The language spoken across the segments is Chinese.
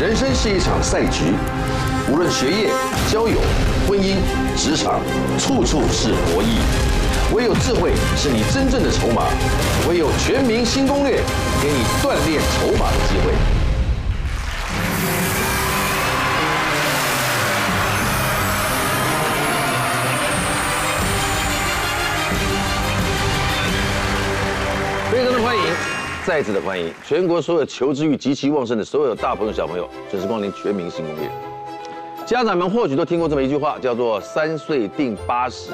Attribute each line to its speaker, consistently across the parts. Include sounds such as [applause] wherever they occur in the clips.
Speaker 1: 人生是一场赛局，无论学业、交友、婚姻、职场，处处是博弈。唯有智慧是你真正的筹码，唯有全民新攻略，给你锻炼筹码的机会。非常的欢迎，再次的欢迎全国所有求知欲极其旺盛的所有大朋友小朋友，准时光临全民新攻略。家长们或许都听过这么一句话，叫做“三岁定八十”，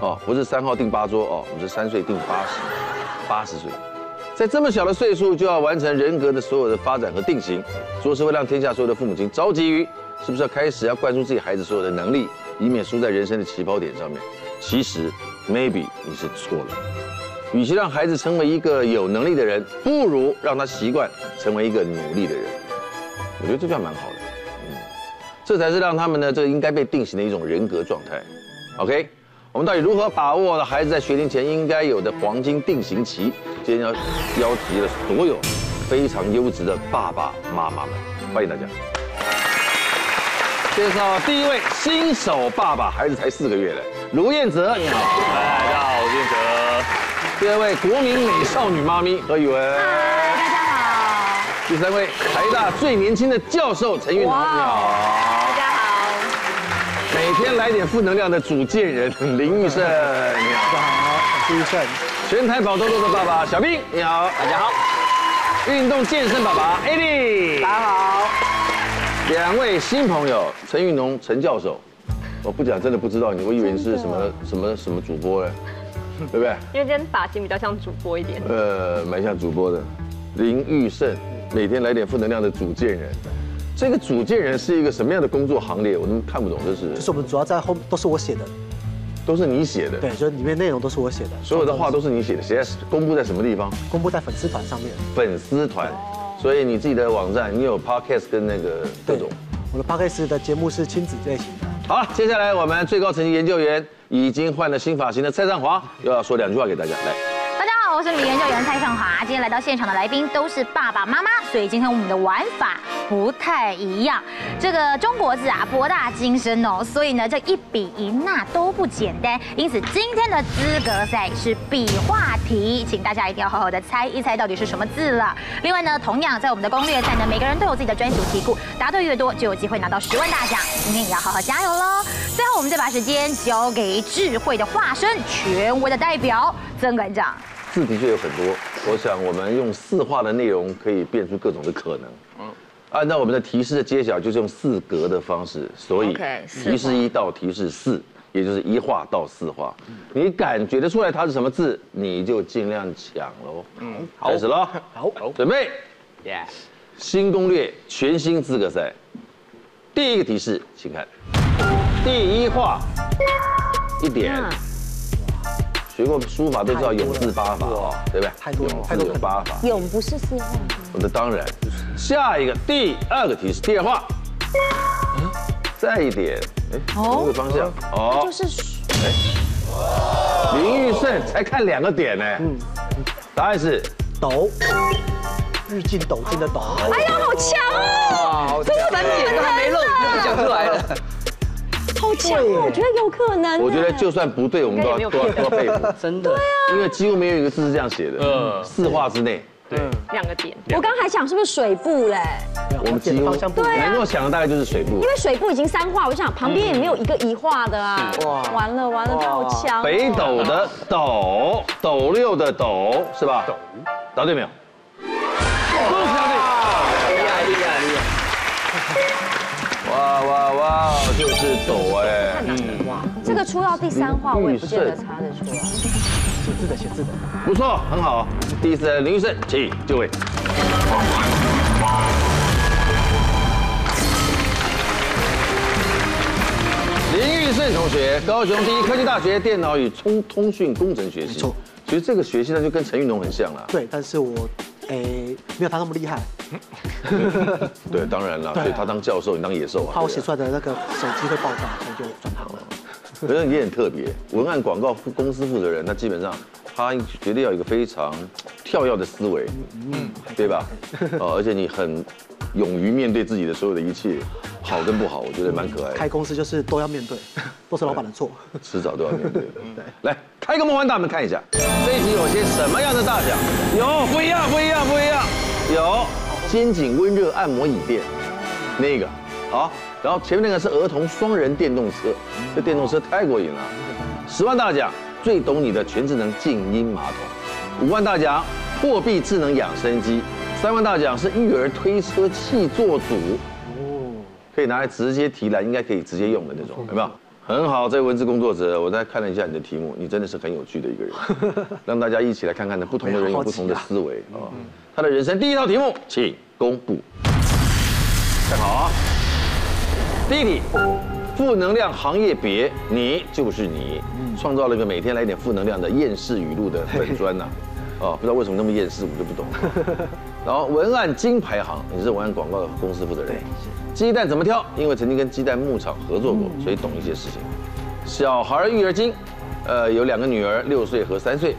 Speaker 1: 哦，不是三号定八桌哦，我们是三岁定八十，八十岁，在这么小的岁数就要完成人格的所有的发展和定型，着实会让天下所有的父母亲着急于是不是要开始要灌输自己孩子所有的能力，以免输在人生的起跑点上面。其实，maybe 你是错了。与其让孩子成为一个有能力的人，不如让他习惯成为一个努力的人。我觉得这样蛮好的，嗯，这才是让他们呢，这个应该被定型的一种人格状态。OK，我们到底如何把握了孩子在学龄前应该有的黄金定型期？今天要邀集了所有非常优质的爸爸妈妈们，欢迎大家。介绍第一位新手爸爸，孩子才四个月嘞，卢彦泽，你好。
Speaker 2: 嗨，大家好，我是燕哲。
Speaker 1: 第二位国民美少女妈咪何宇文，
Speaker 3: 嗨，大家好，
Speaker 1: 第三位台大最年轻的教授陈运彤，你
Speaker 3: 哇
Speaker 1: 好。
Speaker 3: 大家好，
Speaker 1: 每天来点负能量的主见人林玉胜，你好。
Speaker 4: 好，我是医生。
Speaker 1: 全台跑多多的爸爸小兵，你好，大家好。运动健身爸爸 AD，大家好。两位新朋友陈运农、陈教授，我不讲真的不知道你，我以为你是什么什么什么主播嘞，对不对？
Speaker 3: 因为今天发型比较像主播一点，
Speaker 1: 呃，蛮像主播的，林玉胜，每天来点负能量的主见人。这个主见人是一个什么样的工作行列？我都看不懂，这
Speaker 4: 就是是我们主要在后都是我写的，
Speaker 1: 都是你写的，
Speaker 4: 对，就是里面内容都是我写的，
Speaker 1: 所有的话都是你写的，写在公布在什么地方？
Speaker 4: 公布在粉丝团上面。
Speaker 1: 粉丝团，所以你自己的网站，你有 podcast 跟那个各种。，
Speaker 4: 我的 podcast 的节目是亲子类型的。
Speaker 1: 好了，接下来我们最高层级研究员已经换了新发型的蔡尚华，又要说两句话给大家。来，
Speaker 5: 大家好，我是你们研究员蔡尚华。今天来到现场的来宾都是爸爸妈妈，所以今天我们的玩法不太一样。这个中国字啊，博大精深哦，所以呢，这一笔一捺都不简单。因此，今天的资格赛是笔画题，请大家一定要好好的猜一猜到底是什么字了。另外呢，同样在我们的攻略赛呢，每个人都有自己的专属题库，答对越多就有机会拿到十万大奖。今天也要好好加油喽！最后，我们再把时间交给智慧的化身、权威的代表曾馆长。
Speaker 1: 字的确有很多，我想我们用四画的内容可以变出各种的可能。嗯，按照我们的提示的揭晓，就是用四格的方式，所以
Speaker 3: OK，四画
Speaker 1: 提示一到提示四。也就是一画到四画，你感觉得出来它是什么字，你就尽量抢喽。嗯，开始喽，
Speaker 4: 好，
Speaker 1: 准备。
Speaker 2: 耶，
Speaker 1: 新攻略全新资格赛，第一个提示，请看，第一画一点，
Speaker 3: 嗯
Speaker 1: 学过书法都知道
Speaker 4: 太多了
Speaker 1: 有字八法哦，对不对？
Speaker 4: 太多了
Speaker 1: 有
Speaker 4: 太多
Speaker 1: 字
Speaker 4: 了
Speaker 1: 有八法，
Speaker 6: 永不是四万。
Speaker 1: 我的当然。下一个第二个提示，第二画，再一点，哎，同一个方向，哦，
Speaker 6: 就是水
Speaker 1: 林玉胜才看两个点呢，
Speaker 4: 嗯
Speaker 1: 答案是
Speaker 4: 抖，日进斗金的斗，
Speaker 3: 哎呀，好强哦，
Speaker 2: 三点都还没漏，你就讲出来了。
Speaker 6: 好强哦，我觉得有可能。
Speaker 1: 我觉得就算不对，我们都要
Speaker 3: 应
Speaker 1: 都
Speaker 3: 该也
Speaker 1: 要都
Speaker 3: 没
Speaker 1: 要佩
Speaker 4: [laughs]
Speaker 1: 服，
Speaker 2: 真的，
Speaker 1: 因为几乎没有一个字是这样写的，
Speaker 2: 嗯
Speaker 1: 四画之内。
Speaker 3: 两个点，
Speaker 6: 我刚还想是不是水部嘞？
Speaker 4: 没有
Speaker 1: 我们
Speaker 4: 它
Speaker 1: 几
Speaker 4: 写的
Speaker 1: 乎
Speaker 4: 嗯方向不一样。
Speaker 1: 能够想的大概就是水部
Speaker 6: 因，为水部已经三画，我就想旁边也没有一个一画的啊。哇，完了完了，他好强哦。
Speaker 1: 嗯北斗的斗，斗六的斗是吧？斗，答对没有？恭喜答对！
Speaker 2: 厉害厉害厉害！
Speaker 1: 哇哇哇，就是斗哎！
Speaker 6: 这个出到第三画，我也不见得擦得出来。
Speaker 4: 写字的写字的，
Speaker 1: 不错，很好。第一次的林医生，请就位。林玉胜同学，高雄第一科技大学电脑与通通讯工程学
Speaker 4: 没
Speaker 1: 系
Speaker 4: 错。
Speaker 1: 其实这个学系呢，就跟陈玉农很像啦。
Speaker 4: 对，但是我诶没有他那么厉害，
Speaker 1: 对，当然啦，所以他当教授，你当野兽啊。
Speaker 4: 怕我
Speaker 1: 对啊
Speaker 4: 写出来的那个手机会爆炸，所以就转行了。
Speaker 1: 可是你也很特别，文案广告负公司负责人，他基本上他绝
Speaker 4: 嗯
Speaker 1: 嗯对要有一个非常跳跃的思维，嗯，对吧？哦，而且你很勇于面对自己的所有的一切，好跟不好，我觉得蛮可爱
Speaker 4: 开
Speaker 1: 的，
Speaker 4: 公司就是都要面对， [laughs] 都是老板的错。
Speaker 1: 迟早都要 [laughs] 面对的。来，开个梦幻大门看一下，这一集有些什么样的大奖？有不一样，不一样，不一样，有肩颈温热按摩椅垫，那个好，然后前面那个是儿童双人电动车，这电动车太过瘾了。十万大奖最懂你的全智能静音马桶，五万大奖货币智能养生机，三万大奖是育儿推车气座组，可以拿来直接提篮，应该可以直接用的那种，有没有？很好，这位文字工作者，我再看了一下你的题目，你真的是很有趣的一个人，让大家一起来看看呢，不同的人有不同的思维啊。他的人生第一道题目，请公布。看好啊，第一题，负能量行业别，你就是你，创造了一个每天来点负能量的厌世语录的粉砖呐、哦，不知道为什么那么厌世，我就不懂。然后文案金牌行，你是文案广告公司负责人。鸡蛋怎么挑？因为曾经跟鸡蛋牧场合作过，所以懂一些事情。小孩育儿经，呃，有两个女儿，六岁和三岁。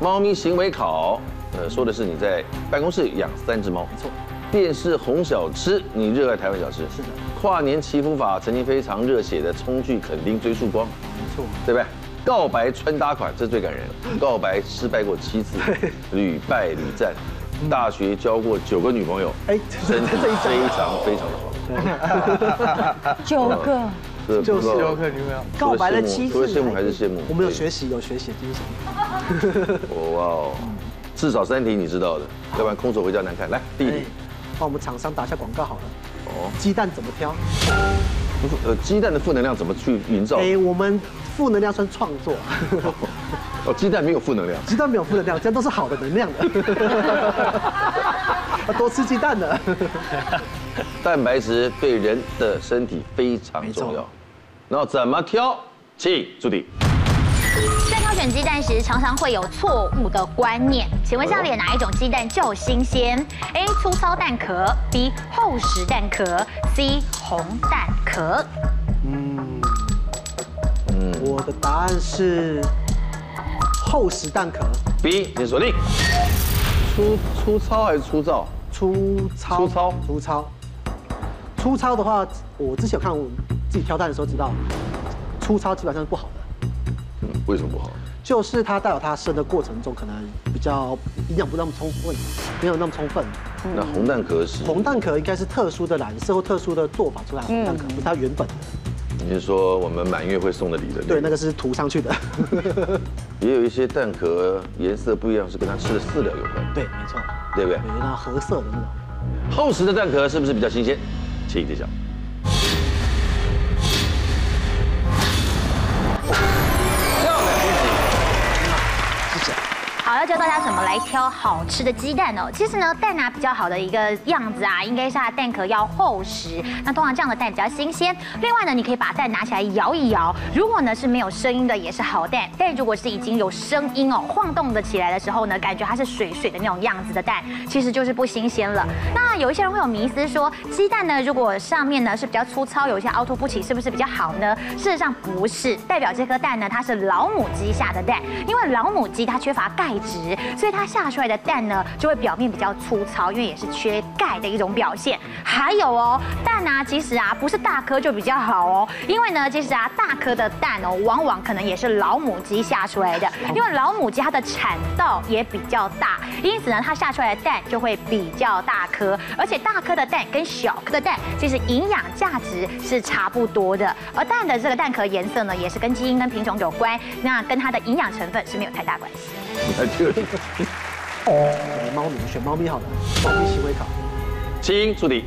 Speaker 1: 猫咪行为考，呃，说的是你在办公室养三只猫。没错。电视红小吃，你热爱台湾小吃。
Speaker 4: 是的。
Speaker 1: 跨年祈福法曾经非常热血的冲去垦丁追溯光，
Speaker 4: 没错，
Speaker 1: 对不对？告白穿搭款这最感人，告白失败过七次，屡败屡战，大学交过九个女朋友，
Speaker 4: 哎
Speaker 1: 身体非常非常的好。
Speaker 6: 九个，
Speaker 1: 是
Speaker 4: 就是
Speaker 1: 有
Speaker 4: 有
Speaker 1: 可能
Speaker 4: 告白了七次，哎
Speaker 1: 除了羡慕还是羡慕
Speaker 4: 我们有
Speaker 1: 对
Speaker 4: 学习，有学习的精神。
Speaker 1: 哦哇哦，至少三题你知道的，要不然空手回家难看。来第一
Speaker 4: 嗯哎
Speaker 1: 题，，
Speaker 4: 帮我们厂商打下广告好了。
Speaker 1: 哦，
Speaker 4: 鸡蛋怎么挑？
Speaker 1: 不是呃，鸡蛋的负能量怎么去营造？
Speaker 4: 哎，我们负能量算创作，
Speaker 1: 哦，鸡蛋没有负能量。
Speaker 4: 鸡蛋没有负能量，这都是好的能量 [laughs] 的。多吃鸡蛋的，
Speaker 1: 嗯蛋白质对人的身体非常重
Speaker 4: 没
Speaker 1: 要
Speaker 4: 错。
Speaker 1: 那怎么挑？请注定。
Speaker 5: 在挑选鸡蛋时，常常会有错误的观念。请问下列哪一种鸡蛋较新鲜？A. 粗糙蛋壳，B. 厚实蛋壳，C. 红蛋壳。
Speaker 4: 嗯，我的答案是厚实蛋壳，
Speaker 1: B，请锁定。粗粗糙还是粗糙？
Speaker 4: 粗糙，
Speaker 1: 粗糙
Speaker 4: 粗糙，粗糙的话，我之前有看我自己挑蛋的时候知道，粗糙基本上是不好的，
Speaker 1: 嗯，为什么不好？
Speaker 4: 就是它代表它生的过程中可能比较营养不那么充分，没有那么充分。
Speaker 1: 那红蛋壳是？
Speaker 4: 嗯红蛋壳应该是特殊的染色或特殊的做法出来的红蛋
Speaker 1: 嗯
Speaker 4: 壳，不是它原本的。
Speaker 1: 你是说我们满月会送的礼的？
Speaker 4: 对，那个是涂上去的。
Speaker 1: 也有一些蛋壳颜色不一样，是跟它吃的饲料有关，
Speaker 4: [laughs] 对，没错，
Speaker 1: 对不对
Speaker 4: 对？，那褐色的那种。
Speaker 1: 厚实的蛋壳是不是比较新鲜？请 [laughs] 揭晓。
Speaker 5: 好，要教大家怎么来挑好吃的鸡蛋哦。其实呢，蛋啊比较好的一个样子啊，应该是它的蛋壳要厚实。那通常这样的蛋比较新鲜。另外呢，你可以把蛋拿起来摇一摇，如果呢是没有声音的也是好蛋，但如果是已经有声音哦，晃动的起来的时候呢，感觉它是水水的那种样子的蛋，其实就是不新鲜了。那有一些人会有迷思说，鸡蛋呢如果上面呢是比较粗糙，有一些凹凸不起，是不是比较好呢？事实上不是，代表这颗蛋呢它是老母鸡下的蛋，因为老母鸡它缺乏钙质，所以它下出来的蛋呢就会表面比较粗糙，因为也是缺钙的一种表现。还有哦，蛋啊，其实啊不是大颗就比较好哦， [laughs] 因为呢其实啊大颗的蛋哦，往往可能也是老母鸡下出来的，因为老母鸡它的产道也比较大，因此呢它下出来的蛋就会比较大颗，而且大颗的蛋跟小颗的蛋其实营养价值是差不多的，而蛋的这个蛋壳颜色呢也是跟基因跟品种有关，那跟它的营养成分是没有太大关系。
Speaker 1: 来，这个题
Speaker 4: 给猫咪选猫咪好了，猫咪行为考。
Speaker 1: 请出题。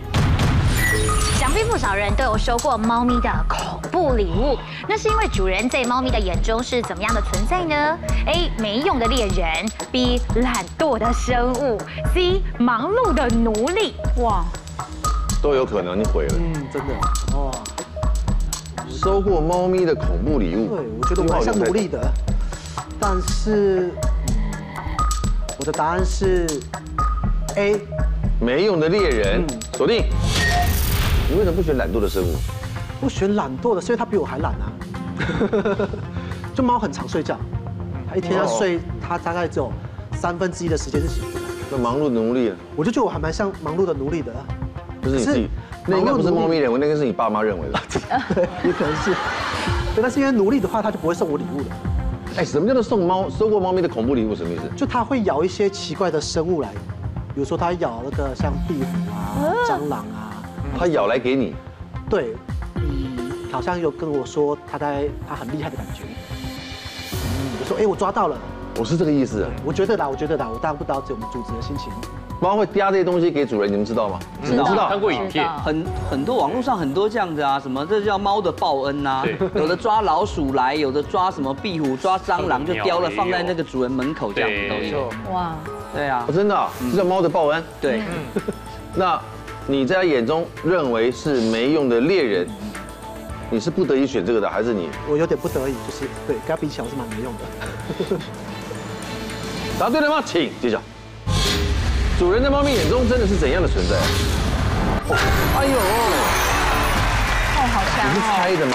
Speaker 5: 想必不少人都有收过猫咪的恐怖礼物，那是因为主人在猫咪的眼中是怎么样的存在呢？A. 没用的猎人，B. 懒惰的生物，C. 忙碌的奴隶。
Speaker 6: 哇，
Speaker 1: 都有可能你毁了。
Speaker 4: 嗯，真的，哇，
Speaker 1: 收过猫咪的恐怖礼物，
Speaker 4: 哎对，我觉得我蛮像奴隶的，但是嗯我的答案是哎 A，
Speaker 1: 没用的猎人，
Speaker 4: 嗯
Speaker 1: 锁定。你为什么不选懒惰的生物？
Speaker 4: 我选懒惰的，是因为它比我还懒啊。 [laughs] 就猫很常睡觉，它一天要睡，它大概只有三分之一的时间是醒着的。
Speaker 1: 那忙碌的奴隶呢？
Speaker 4: 我就觉得我还蛮像忙碌的奴隶的，
Speaker 1: 不是你自己
Speaker 4: 是，
Speaker 1: 那应该不是
Speaker 4: 忙碌
Speaker 1: 猫咪认为，那个是你爸妈认为的。
Speaker 4: 对， [laughs] 也可能是。对，但是因为奴隶的话，他就不会送我礼物了，
Speaker 1: 哎，什么叫做送猫收过猫咪的恐怖礼物？什么意思？
Speaker 4: 就他会咬一些奇怪的生物来，比如说他咬那个像壁虎啊、蟑螂啊，
Speaker 1: 它咬来给你，
Speaker 4: 对，嗯，好像有跟我说他在他很厉害的感觉。嗯，我说哎、我抓到了，
Speaker 1: 我是这个意思啊。
Speaker 4: 我觉得啦，我觉得啦，我当然不知道这我们主子的心情。
Speaker 1: 猫会叼这些东西给主人，你们知道吗？
Speaker 2: 知道
Speaker 1: 知道
Speaker 2: 看过影片，
Speaker 7: 很很多网络上很多这样子啊，什么这叫猫的报恩呐、
Speaker 2: 对
Speaker 7: 有的抓老鼠来，有的抓什么壁虎、抓蟑螂，就叼了放在那个主人门口这样子都有。
Speaker 6: 哇，
Speaker 7: 对啊
Speaker 1: 哦，真的啊，这叫猫的报恩。
Speaker 7: 对，
Speaker 1: 那你在他眼中认为是没用的猎人，你是不得已选这个的，还是你
Speaker 4: 我有点不得已，就是对，跟他比起来我是蛮没用的。
Speaker 1: 答对了吗？请揭晓。主人在猫咪眼中真的是怎样的存在啊？
Speaker 7: 哎
Speaker 5: 哦，好强
Speaker 1: 你是
Speaker 5: 哦！
Speaker 1: 猜的吗？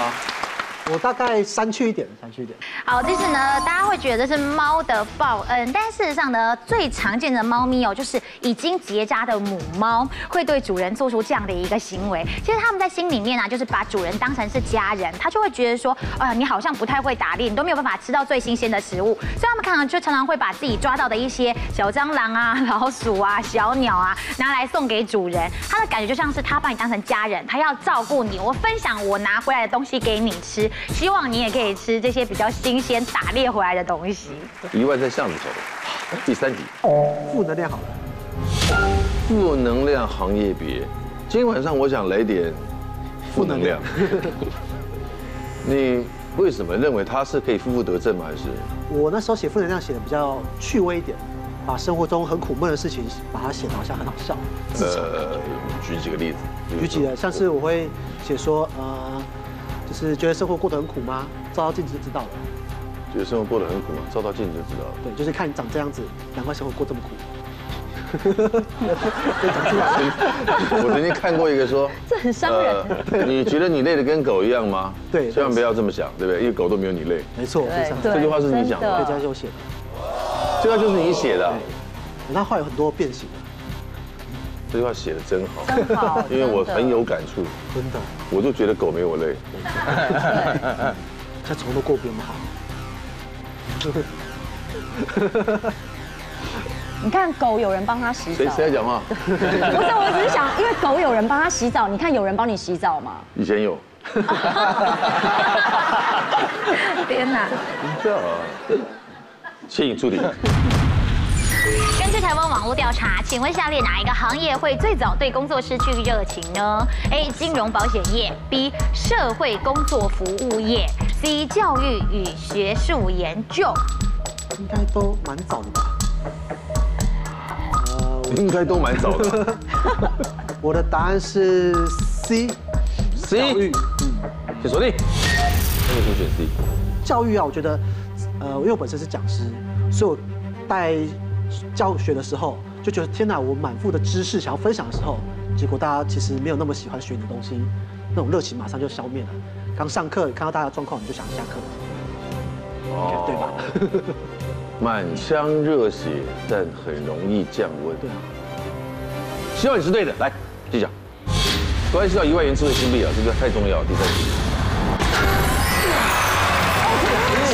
Speaker 4: 我大概删去一点，删去一点。
Speaker 5: 好，就是呢，大家会觉得是猫的报恩，但事实上呢，最常见的猫咪哦，就是已经结扎的母猫会对主人做出这样的一个行为。其实他们在心里面啊，就是把主人当成是家人，他就会觉得说，哎呀，你好像不太会打猎，你都没有办法吃到最新鲜的食物，所以他们可能就常常会把自己抓到的一些小蟑螂啊、 [laughs] 老鼠啊、小鸟啊，拿来送给主人。他的感觉就像是他把你当成家人，他要照顾你，我分享我拿回来的东西给你吃，希望你也可以吃这些比较新鲜打猎回来的东西。
Speaker 1: 一外在巷子走。第三题，
Speaker 4: 负能量好了，
Speaker 1: 负能量行业别。今天晚上我想来点负能量。 [laughs] 你为什么认为它是可以负负得正吗？还是
Speaker 4: 我那时候写负能量写的比较趣味一点，把生活中很苦闷的事情把它写的好像很好笑。
Speaker 1: 呃，举几个例子？
Speaker 4: 举几个，像是我会写说，呃，就是觉得生活过得很苦吗？照照镜子就知道了。
Speaker 1: 就是生活过得很苦嘛，照照镜子就知道了。
Speaker 4: 对，就是看你长这样子，难怪生活过这么苦。就长出来了。
Speaker 1: [laughs] 我曾经看过一个说，这很伤人、你觉得你累得跟狗一样吗？
Speaker 4: 对
Speaker 1: 千万不要这么想，对不对？因为狗都没有你累。
Speaker 4: 没错，非常
Speaker 6: 对
Speaker 4: 对，
Speaker 1: 这句话是你讲
Speaker 4: 这
Speaker 1: 的，
Speaker 4: 家就写的。
Speaker 1: 这句话就是你写的啊，
Speaker 4: 那后来有很多变形的，
Speaker 1: 这句话写的真好，
Speaker 6: 真好，
Speaker 1: 因为我
Speaker 6: 真的
Speaker 1: 很有感触，
Speaker 4: 真的，
Speaker 1: 我就觉得狗没我累。
Speaker 4: 他从头过比我们好。
Speaker 6: 你看狗有人帮它洗
Speaker 1: 谁
Speaker 6: 澡，
Speaker 1: 谁在讲话？ [laughs]
Speaker 6: 不是，我只是想，因为狗有人帮它洗澡，你看有人帮你洗澡吗？
Speaker 1: 以前有，
Speaker 5: 天哪！
Speaker 1: 这样啊 [laughs] 请助理。
Speaker 5: 根据台湾网络调查，请问下列哪一个行业会最早对工作失去热情呢？A. 金融保险业，B. 社会工作服务业，C. 教育与学术研究。
Speaker 4: 应该都蛮早的吧？呃，
Speaker 1: 应该都蛮早的。
Speaker 4: 我的答案是 C，
Speaker 1: C，请锁定。那个请选 C。
Speaker 4: 教育啊，我觉得，呃，因为我本身是讲师，所以我带教学的时候就觉得天哪，我满腹的知识想要分享的时候，结果大家其实没有那么喜欢学你的东西，那种热情马上就消灭了。刚上课看到大家的状况，你就想下课，对吧？
Speaker 1: [laughs] 满腔热血，但很容易降温。
Speaker 4: 对啊，
Speaker 1: 希望你是对的。来，继续讲。关系到一万元智慧新币啊，这个太重要了。第三题，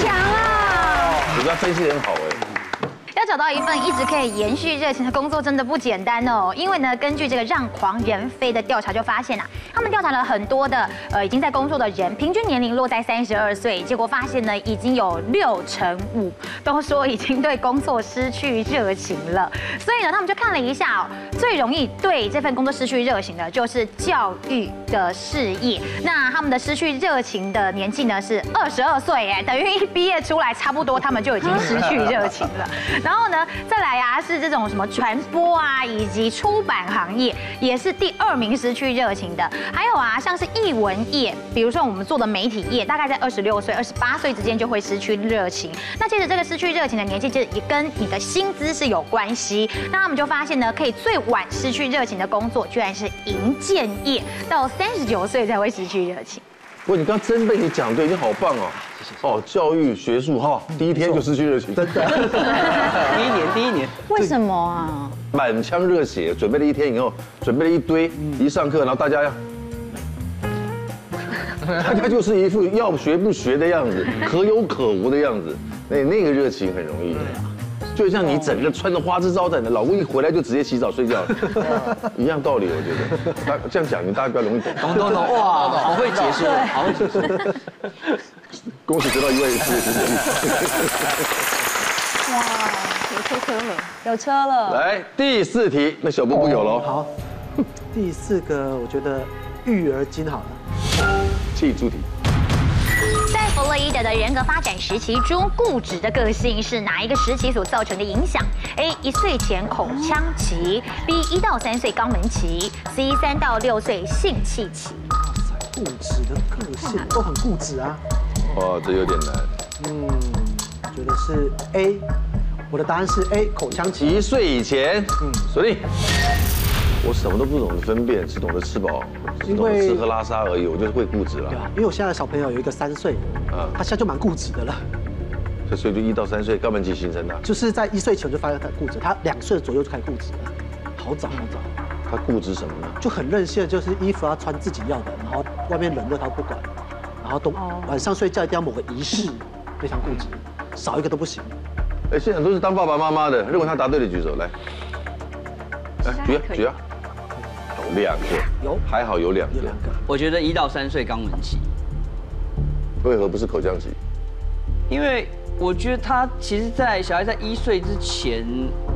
Speaker 5: 强啊！
Speaker 1: 我觉得他分析得很好哎。
Speaker 5: 要找到一份一直可以延续热情的工作，真的不简单哦。因为呢，根据这个“让狂人飞”的调查就发现啊，他们调查了很多的呃已经在工作的人，平均年龄落在三十二岁，结果发现呢，已经有六成五都说已经对工作失去热情了。所以呢，他们就看了一下哦，最容易对这份工作失去热情的就是教育的事业。那他们的失去热情的年纪呢是二十二岁，哎，等于一毕业出来差不多，他们就已经失去热情了。然后呢，再来啊是这种什么传播啊，以及出版行业也是第二名失去热情的。还有啊，像是译文业，比如说我们做的媒体业，大概在二十六岁、二十八岁之间就会失去热情。那其实这个失去热情的年纪，其实也跟你的薪资是有关系。那他们就发现呢，可以最晚失去热情的工作，居然是营建业，到三十九岁才会失去热情。
Speaker 1: 喂，你刚真被你讲对，你好棒哦！哦，教育学术哈，第一天就失去热情，真的，
Speaker 7: [laughs] 第一年，第一年，
Speaker 6: 为什么啊？
Speaker 1: 满腔热血，准备了一天以后，准备了一堆，一上课，然后大家要，大家就是一副要学不学的样子，可有可无的样子，那那个热情很容易。就像你整个穿的花枝招展的，老公一回来就直接洗澡睡觉了，一样道理，我觉得。大这样讲，你大家比较容易懂。
Speaker 7: 懂懂懂，哇，好会解释，好会解释。
Speaker 1: 恭喜得到一位数，
Speaker 6: 有车了，
Speaker 1: 来第四题，那小布布有了哦，
Speaker 4: 好，第四个我觉得育儿经好了。
Speaker 1: 记住题。
Speaker 5: 在弗洛伊德的人格发展时期中，固执的个性是哪一个时期所造成的影响？A. 一岁前口腔期；B. 一到三岁肛门期；C. 三到六岁性器期。
Speaker 4: 哇塞，固执的个性都很固执啊。
Speaker 1: 哦，这有点难。
Speaker 4: 嗯，觉得是 A，我的答案是 A，口腔期。
Speaker 1: 一岁以前，嗯，锁定。我什么都不懂得分辨，只懂得吃饱，只
Speaker 4: 因
Speaker 1: 懂得
Speaker 4: 为
Speaker 1: 吃喝拉撒而已，我就是会固执
Speaker 4: 对啊
Speaker 1: 了。，
Speaker 4: 因为我现在的小朋友有一个三岁
Speaker 1: 嗯
Speaker 4: 的，他现在就蛮固执的了，
Speaker 1: 所以所以就一到三岁肛门期形成的，
Speaker 4: 就是在一岁前我就发现他固执，他两岁左右就开始固执了，好早好早，
Speaker 1: 他固执什么呢？
Speaker 4: 就很任性，就是衣服要穿自己要的，然后外面冷热他不管，然后都晚上睡觉一定要某个仪式，非常固执，少一个都不行。
Speaker 1: 哎，现场都是当爸爸妈妈的，认为他答对的举手来。来，举啊举啊，有两个，
Speaker 4: 有
Speaker 1: 还好有两
Speaker 4: 有
Speaker 1: 个
Speaker 4: 两，个，
Speaker 7: 我觉得一到三岁肛门期，
Speaker 1: 为何不是口腔期？
Speaker 7: 因为我觉得他其实，在小孩在一岁之前，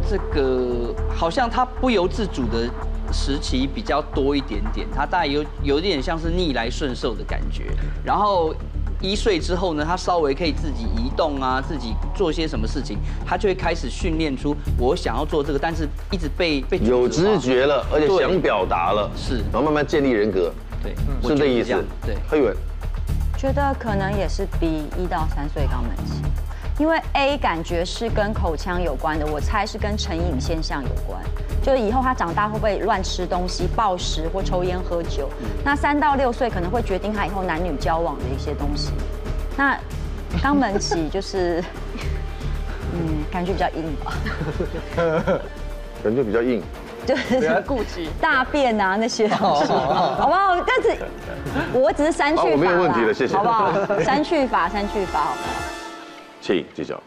Speaker 7: 这个好像他不由自主的时期比较多一点点，他大概有有点像是逆来顺受的感觉。然后一岁之后呢，他稍微可以自己移动啊，自己做些什么事情，他就会开始训练出我想要做这个，但是一直被被阻止
Speaker 1: 有
Speaker 7: 的
Speaker 1: 知
Speaker 7: 话
Speaker 1: 觉了，而且
Speaker 7: 对
Speaker 1: 想表达了，
Speaker 7: 是
Speaker 1: 然后慢慢建立人格，
Speaker 7: 对，我
Speaker 1: 是
Speaker 7: 觉
Speaker 1: 这
Speaker 7: 得
Speaker 1: 意
Speaker 7: 样
Speaker 1: 思。
Speaker 7: 对。
Speaker 1: 黑远，
Speaker 8: 觉得可能也是 B 一到三岁肛门期，因为 A 感觉是跟口腔有关的，我猜是跟成瘾现象有关，就是以后他长大会不会乱吃东西、暴食或抽烟喝酒。
Speaker 1: 嗯
Speaker 8: 那三到六岁可能会决定他以后男女交往的一些东西。那肛门期就是， [laughs] 嗯，感觉比较硬吧， [laughs]
Speaker 1: 人就比较硬。
Speaker 8: 就是
Speaker 3: 固执。
Speaker 8: 大便啊那些东西，好不好？但是我只是删去
Speaker 1: 好
Speaker 8: 法
Speaker 1: 哦我
Speaker 8: 啦，
Speaker 1: 没有问题了谢谢
Speaker 8: 好不好？删去法，删去法，好不好？
Speaker 1: 请揭晓。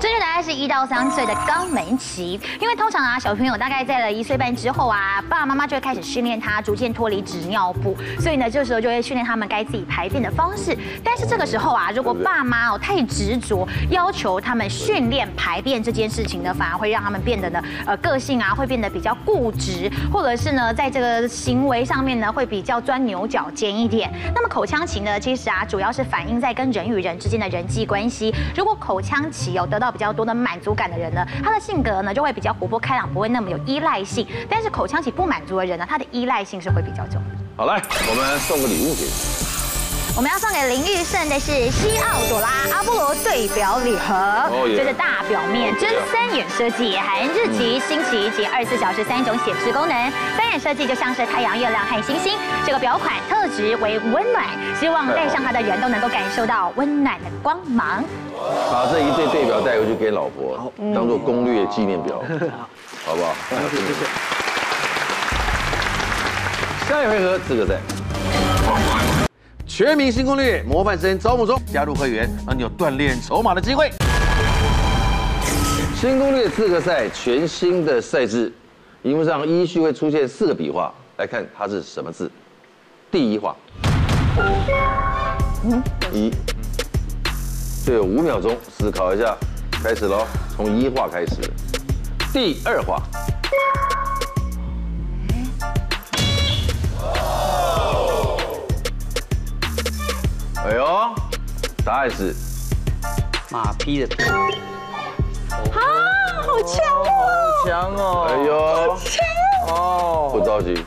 Speaker 5: 正确答案是一到三岁的肛门期，因为通常啊，小朋友大概在了一岁半之后啊，爸爸妈妈就会开始训练他逐渐脱离纸尿布，所以呢，这时候就会训练他们该自己排便的方式。但是这个时候啊，如果爸妈哦太执着要求他们训练排便这件事情呢，反而会让他们变得呢，呃，个性啊会变得比较固执，或者是呢，在这个行为上面呢会比较钻牛角尖一点。那么口腔期呢，其实啊主要是反映在跟人与人之间的人际关系。如果口腔期有得到比较多的满足感的人呢，他的性格呢就会比较活泼开朗，不会那么有依赖性。但是口腔期不满足的人呢，他的依赖性是会比较重。
Speaker 1: 好，来，我们送个礼物给你。
Speaker 5: 我们要送给林玉胜的是西奥朵拉阿波罗对表礼盒
Speaker 1: 哦，耶
Speaker 5: 这是大表面真三眼设计，含日期、星期及二十四小时三种显示功能。三眼设计就像是太阳、月亮和星星。这个表款特质为温暖，希望戴上它的人都能够感受到温暖的光芒。
Speaker 1: 把这一对对表带回去给老婆，当做攻略纪念表，好不好？
Speaker 4: 谢谢谢谢。
Speaker 1: 下一回合资格赛。全明星攻略模范生招募中，加入会员让你有锻炼筹码的机会。新攻略资格赛全新的赛制，荧幕上依序会出现四个笔画，来看它是什么字。第一画，一，就有五秒钟思考一下，开始喽，从一画开始。第二画，哎呦，答案是
Speaker 7: 马匹
Speaker 1: [laughs]
Speaker 7: 的屁
Speaker 2: 强哦
Speaker 1: 哎呦，不着急，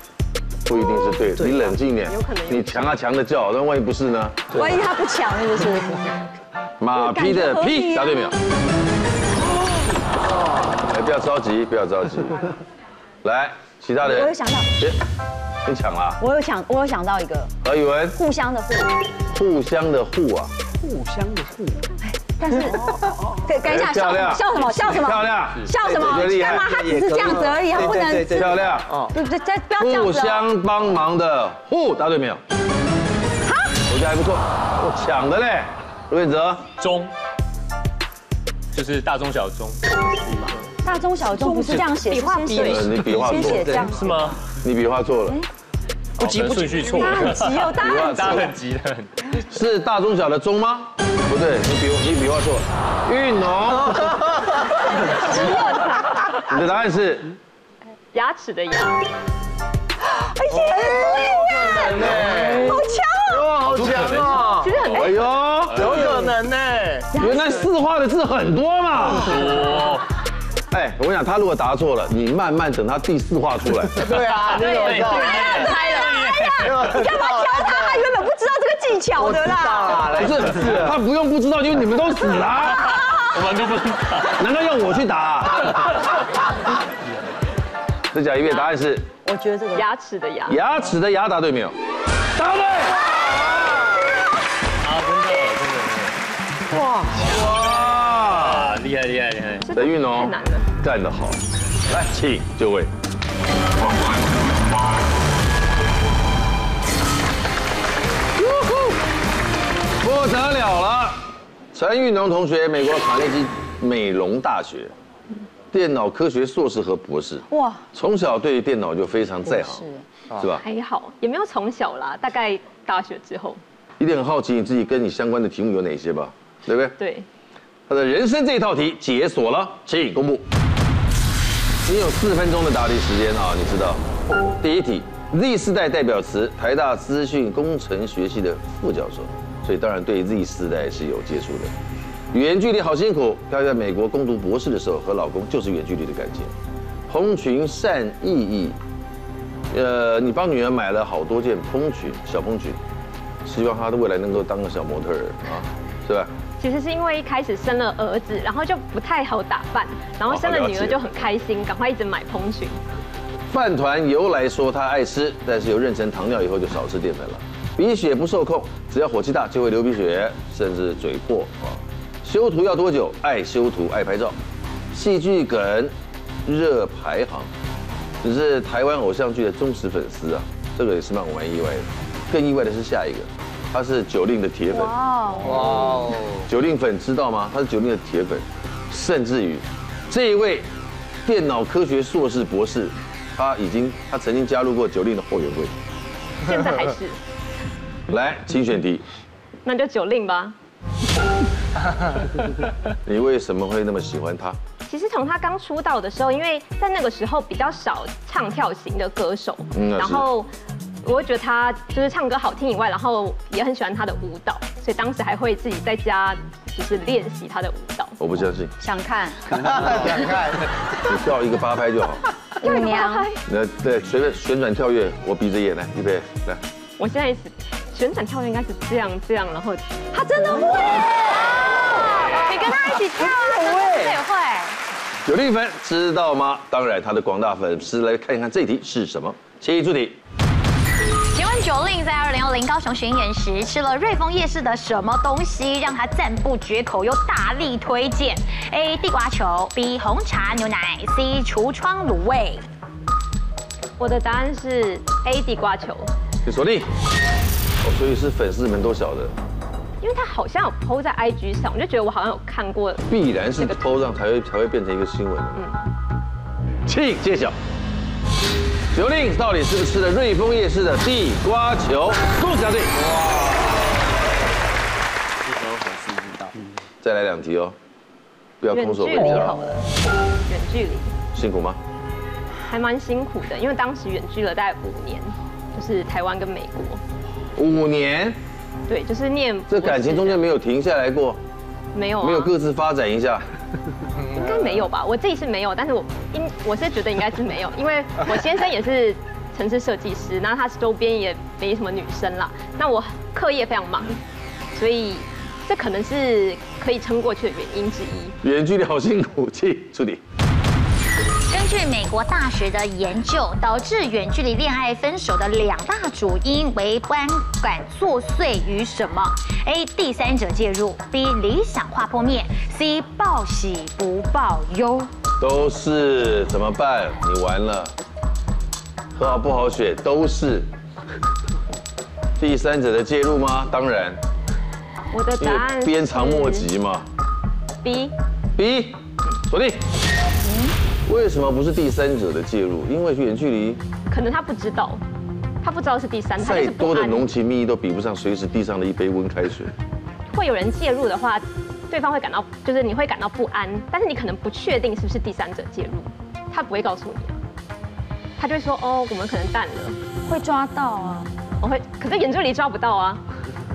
Speaker 1: 不一定是对的，你冷静点，你强啊强的叫，但万一不是呢？
Speaker 8: 万一他不抢是不是？啊
Speaker 1: 马屁的屁，答对没有？哎，不要要着急，不要着
Speaker 8: [laughs]
Speaker 1: 急。来，其他人，
Speaker 8: 我有想到，
Speaker 1: 别别抢了。
Speaker 8: 我有想，我有想到一个
Speaker 1: 何宇文，
Speaker 8: 互相的互，
Speaker 1: 互相的互啊，
Speaker 4: 互相的互，
Speaker 8: 但是，对，等一下，
Speaker 1: 哎漂
Speaker 8: 笑什
Speaker 1: 亮
Speaker 8: 么？笑什么？笑什么？
Speaker 1: 漂亮，
Speaker 8: 笑什
Speaker 1: 我觉得
Speaker 8: 么？
Speaker 1: 厉害
Speaker 8: 干嘛？他只是这样子而已，他不能
Speaker 7: 对对对
Speaker 1: 漂亮。
Speaker 8: 对对，再不要这样
Speaker 1: 互
Speaker 8: 子哦。
Speaker 1: 相帮忙的互，答对没有？我觉得还不错，我抢的嘞。卢彦哲，
Speaker 9: 中，就是大中小中，
Speaker 8: 大中小中不是这样写，
Speaker 3: 笔画
Speaker 8: 是
Speaker 3: 笔
Speaker 8: 先
Speaker 1: 呃，
Speaker 8: 写，
Speaker 1: 你笔画
Speaker 8: 先
Speaker 1: 错
Speaker 8: 写
Speaker 1: 了，
Speaker 8: 这样。
Speaker 9: 是吗？
Speaker 1: [laughs] 你笔画错了，
Speaker 9: 不急不顺序错了，
Speaker 8: 急哦，大家很
Speaker 9: 大家很急的很。
Speaker 1: 是大中小的中吗？不对，你笔你笔画错了，玉
Speaker 8: 哦
Speaker 1: [laughs]
Speaker 8: [laughs]
Speaker 1: 农。你的答案是
Speaker 3: 牙齿的牙，
Speaker 8: 好强
Speaker 2: 哇，好强哦，
Speaker 3: 其实很
Speaker 1: 哎
Speaker 2: 有
Speaker 1: 呦，
Speaker 2: 可能呢。
Speaker 1: 原来四画的字很多
Speaker 2: 哦
Speaker 1: 嘛。
Speaker 9: 多，
Speaker 1: 哎，我跟你讲，他如果答错了，你慢慢等他第四画出来。
Speaker 2: 对啊，你有道理。
Speaker 3: 猜了，
Speaker 8: 哦！干嘛教他？他原本不知道这个技巧的啦。
Speaker 2: 啊，来
Speaker 1: 不是，他不用不知道，因为你们都死了啊，
Speaker 9: 我们都不能打。
Speaker 1: 难道要我去答啊？再讲一遍，答案是
Speaker 8: 我觉得这个
Speaker 3: 牙齿的牙，
Speaker 1: 牙齿的牙，答对没有？答对。
Speaker 9: 啊，真的真
Speaker 1: 哇，
Speaker 9: 的啊，厉害厉害厉害！
Speaker 1: 陈玉
Speaker 2: 哦
Speaker 3: 太
Speaker 1: 农
Speaker 3: 难了。
Speaker 1: 干得好，来，请就位。呜呼不得了了！陈玉农同学，美国卡内基美容大学电脑科学硕士和博士，
Speaker 8: 哇，
Speaker 1: 从小对电脑就非常在行，是吧？
Speaker 3: 还好，也没有从小啦，大概大学之后，
Speaker 1: 一定很好奇你自己跟你相关的题目有哪些吧？对不对？
Speaker 3: 对，
Speaker 1: 他的人生这一套题解锁了，请公布。你有四分钟的答题时间啊，你知道？第一题，Z 世代代表词，台大资讯工程学系的副教授，所以当然对 Z 世代是有接触的。远距离好辛苦，飘在美国攻读博士的时候，和老公就是远距离的感情。蓬裙善意义，呃，你帮女儿买了好多件蓬裙，小蓬裙，希望她的未来能够当个小模特儿啊，是吧？
Speaker 3: 其实是因为一开始生了儿子，然后就不太好打扮，然后生了女儿就很开心，赶快一直买蓬裙。
Speaker 1: 饭团由来说他爱吃，但是有妊娠糖尿以后就少吃淀粉了。鼻血不受控，只要火气大就会流鼻血，甚至嘴破啊。修图要多久？爱修图，爱拍照。戏剧梗热排行，只是台湾偶像剧的忠实粉丝啊，这个也是让我蛮意外的。更意外的是下一个，他是九令的铁粉。
Speaker 7: 哇哦，
Speaker 1: 九令粉知道吗？他是九令的铁粉，甚至于这一位电脑科学硕士博士，他已经他曾经加入过九令的后援会。
Speaker 3: 现在还是，
Speaker 1: 来，请选题，
Speaker 3: 那就九令吧。
Speaker 1: 你为什么会那么喜欢他？
Speaker 3: 其实从他刚出道的时候，因为在那个时候比较少唱跳型的歌手，
Speaker 1: 嗯那是
Speaker 3: 然后我会觉得他就是唱歌好听以外，然后也很喜欢他的舞蹈，所以当时还会自己在家就是练习他的舞蹈。
Speaker 1: 我不相信，
Speaker 8: 想
Speaker 1: [laughs]
Speaker 8: 看
Speaker 2: 想看，
Speaker 1: 你跳一个八拍就
Speaker 8: [laughs]
Speaker 1: 好。
Speaker 8: 舞娘，
Speaker 1: 那对，随便旋转跳跃，我闭着眼来，预备来。
Speaker 3: 我现在是旋转跳跃应该是这样这样，然后
Speaker 8: 他真的会，
Speaker 5: 你跟他一起跳啊，对，会。
Speaker 1: 九令粉知道吗？当然，他的广大粉丝来看一看这题是什么。请出题，
Speaker 5: 请问九令在二零二零高雄巡演时吃了瑞丰夜市的什么东西，让他赞不绝口又大力推荐？A. 地瓜球，B. 红茶牛奶，C. 橱窗卤味。
Speaker 3: 我的答案是 A 地瓜球，
Speaker 1: 请锁定。哦，所以是粉丝们都晓得，
Speaker 3: 因为他好像有 PO 在 IG 上，我就觉得我好像有看过。
Speaker 1: 必然是偷上才会才会变成一个新闻的。
Speaker 3: 嗯
Speaker 1: 请揭晓，刘令到底是不是吃了瑞丰夜市的地瓜球？恭喜答对！
Speaker 7: 这时候粉丝知道。
Speaker 1: 再来两题哦，不要
Speaker 3: 远
Speaker 1: 空手
Speaker 3: 距
Speaker 1: 回
Speaker 3: 离
Speaker 1: 答
Speaker 3: 好，了，远距离
Speaker 1: 辛苦吗？
Speaker 3: 还蛮辛苦的，因为当时远距了大概五年，就是台湾跟美国。
Speaker 1: 五年，
Speaker 3: 对，就是念
Speaker 1: 这感情中间没有停下来过，
Speaker 3: 没有、啊、
Speaker 1: 没有各自发展一下。
Speaker 3: 应该没有吧？我自己是没有，但是我应我是觉得应该是没有，因为我先生也是城市设计师，那他周边也没什么女生啦。那我课业非常忙，所以这可能是可以撑过去的原因之一。
Speaker 1: 远距离好辛苦，请助理。
Speaker 5: 根据美国大学的研究，导致远距离恋爱分手的两大主因为观感作祟与什么？A. 第三者介入；B. 理想化破灭；C. 报喜不报忧。
Speaker 1: 都是怎么办？你完了，喝好不好血都是 [laughs] 第三者的介入吗？当然，
Speaker 3: 我的
Speaker 1: 因
Speaker 3: 答案
Speaker 1: 为
Speaker 3: 是
Speaker 1: 鞭长莫及嘛。
Speaker 3: B。
Speaker 1: B，锁定。为什么不是第三者的介入？因为远距离
Speaker 3: 可能他不知道，他不知道是第三，他就
Speaker 1: 再
Speaker 3: 是不
Speaker 1: 多的
Speaker 3: 安。
Speaker 1: 浓情蜜意都比不上随时递上的一杯温开水。
Speaker 3: 会有人介入的话，对方会感到就是你会感到不安，但是你可能不确定是不是第三者介入，他不会告诉你啊，他就会说哦，我们可能淡了，
Speaker 6: 会抓到啊。
Speaker 3: 我会，可是远距离抓不到啊。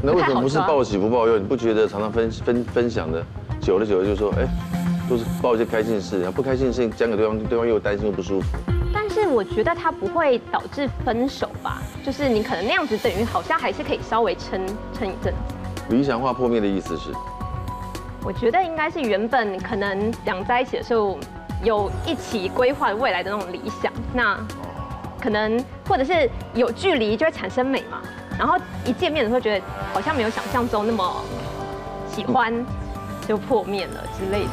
Speaker 1: 那为什么不是
Speaker 3: 不太好抓
Speaker 1: 报喜不报忧？你不觉得常常分分分享的，久了久了就说，哎，都是报一些开心的事，然后不开心的事情讲给对方，对方又担心又不舒服。
Speaker 3: 但是我觉得他不会导致分手吧，就是你可能那样子等于好像还是可以稍微撑撑一阵子。
Speaker 1: 理想化破灭的意思是，
Speaker 3: 我觉得应该是原本可能想在一起的时候有一起规划未来的那种理想，那可能或者是有距离就会产生美嘛，然后一见面的时候觉得好像没有想象中那么喜欢，就破灭了之类的，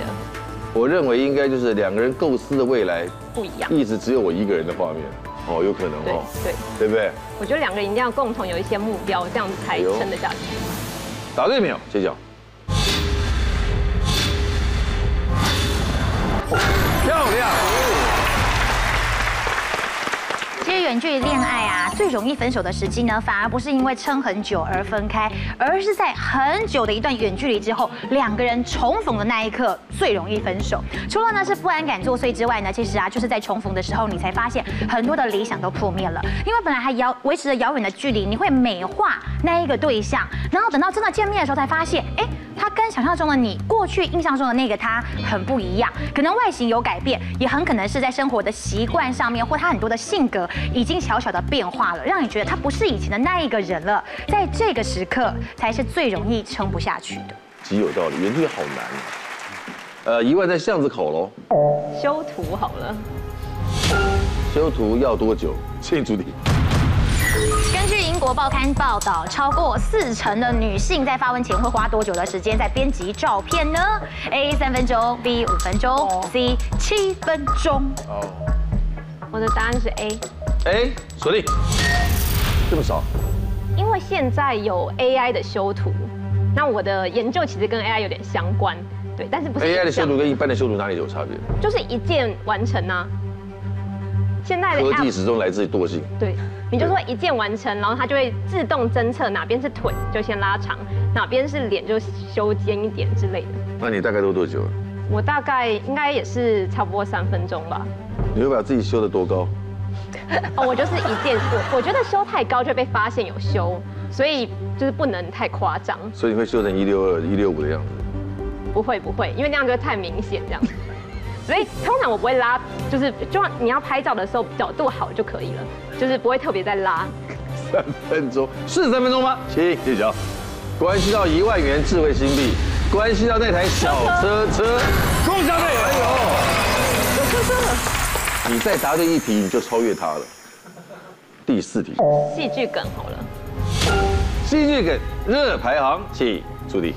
Speaker 1: 我认为应该就是两个人构思的未来，
Speaker 3: 不一样。
Speaker 1: 一直只有我一个人的画面。哦，有可能
Speaker 3: 对
Speaker 1: 嗯哦，
Speaker 3: 对，
Speaker 1: 对不对？
Speaker 3: 我觉得两个人一定要共同有一些目标，这样子才撑得下去。
Speaker 1: 答对没有？揭晓。漂亮！
Speaker 5: 其实远距离恋爱啊，最容易分手的时机呢，反而不是因为撑很久而分开，而是在很久的一段远距离之后，两个人重逢的那一刻最容易分手。除了呢是不安感作祟之外呢，其实啊就是在重逢的时候，你才发现很多的理想都破灭了，因为本来还遥维持着遥远的距离，你会美化那一个对象，然后等到真的见面的时候才发现，哎。他跟想象中的你，过去印象中的那个他很不一样，可能外形有改变，也很可能是在生活的习惯上面，或他很多的性格已经小小的变化了，让你觉得他不是以前的那一个人了。在这个时刻，才是最容易撑不下去的。
Speaker 1: 极有道理，远距离好难啊。呃，一万在巷子口喽。
Speaker 3: 修图好了，
Speaker 1: 修图要多久？进主题。
Speaker 5: 根据英国报刊报道，超过四成的女性在发文前会花多久的时间在编辑照片呢？A 三分钟，B 五分钟，C 七分钟。
Speaker 1: 哦。
Speaker 3: 我的答案是 A。
Speaker 1: 哎，锁定。这么少？
Speaker 3: 因为现在有 AI 的修图，那我的研究其实跟 AI 有点相关，对，但是不是
Speaker 1: AI 的
Speaker 3: 影像
Speaker 1: 修图跟一般的修图哪里有差别？
Speaker 3: 就是一键完成啊。现在的
Speaker 1: 科技
Speaker 3: app
Speaker 1: 始终来自于惰性。
Speaker 3: 对，你就说一键完成，然后它就会自动侦测哪边是腿就先拉长，哪边是脸就修尖一点之类的。
Speaker 1: 那你大概都多久了？
Speaker 3: 我大概应该也是差不多三分钟
Speaker 1: [laughs]
Speaker 3: 吧。
Speaker 1: 你会把自己修得多高？
Speaker 3: 哦，我就是一键，我我觉得修太高就会被发现有修，所以就是不能太夸张，
Speaker 1: 所以你会修成一六二、一六五的样子。
Speaker 3: 不会不会，因为那样就会太明显 [laughs] 这样。所以通常我不会拉，就是就算你要拍照的时候角度好就可以了，就是不会特别再拉。
Speaker 1: 三分钟是三分钟吗？请揭晓。关系到一万元智慧新币，关系到那台小车车，恭喜各位！哎呦，你再答对一题，你就超越他了。第四题，
Speaker 3: 戏剧梗好了，
Speaker 1: 戏剧梗热排行，请助理。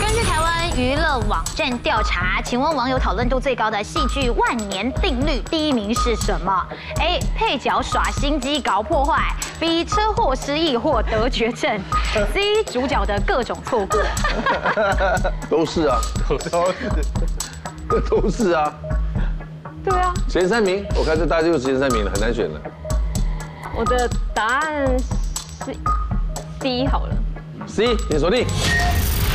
Speaker 5: 根据台湾娱乐网站调查，请问网友讨论度最高的戏剧万年定律第一名是什么？A. 配角耍心机搞破坏；B. 车祸失忆或得绝症；C. 主角的各种错过。
Speaker 1: [laughs] 都是啊，都是， [laughs] 都是啊。
Speaker 3: 对啊，
Speaker 1: 前三名，我看这大家就是前三名了，很难选的。
Speaker 3: 我的答案是 C 好了。
Speaker 1: C，请锁定。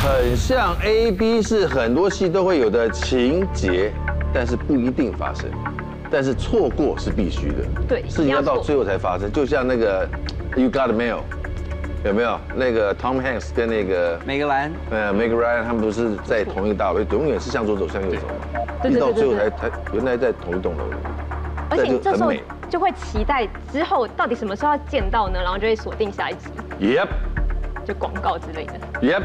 Speaker 1: 很像 A B 是很多戏都会有的情节，但是不一定发生，但是错过是必须的。
Speaker 3: 对
Speaker 1: 事情要到最后才发生，就像那个 You Got Mail，有没有？那个 Tom Hanks 跟那个
Speaker 7: 每个兰
Speaker 1: 呃 Meg Ryan 他们不是在同一个大楼，永远是向左走向右走嘛，
Speaker 3: 对
Speaker 1: 一
Speaker 3: 对对
Speaker 1: 到最后才
Speaker 3: 对
Speaker 1: 才原来在同一栋楼。
Speaker 3: 而且你这时
Speaker 1: 很
Speaker 3: 候
Speaker 1: 美
Speaker 3: 就会期待之后到底什么时候要见到呢？然后就会锁定下一集，
Speaker 1: Yep
Speaker 3: 就广告之类的。
Speaker 1: Yep，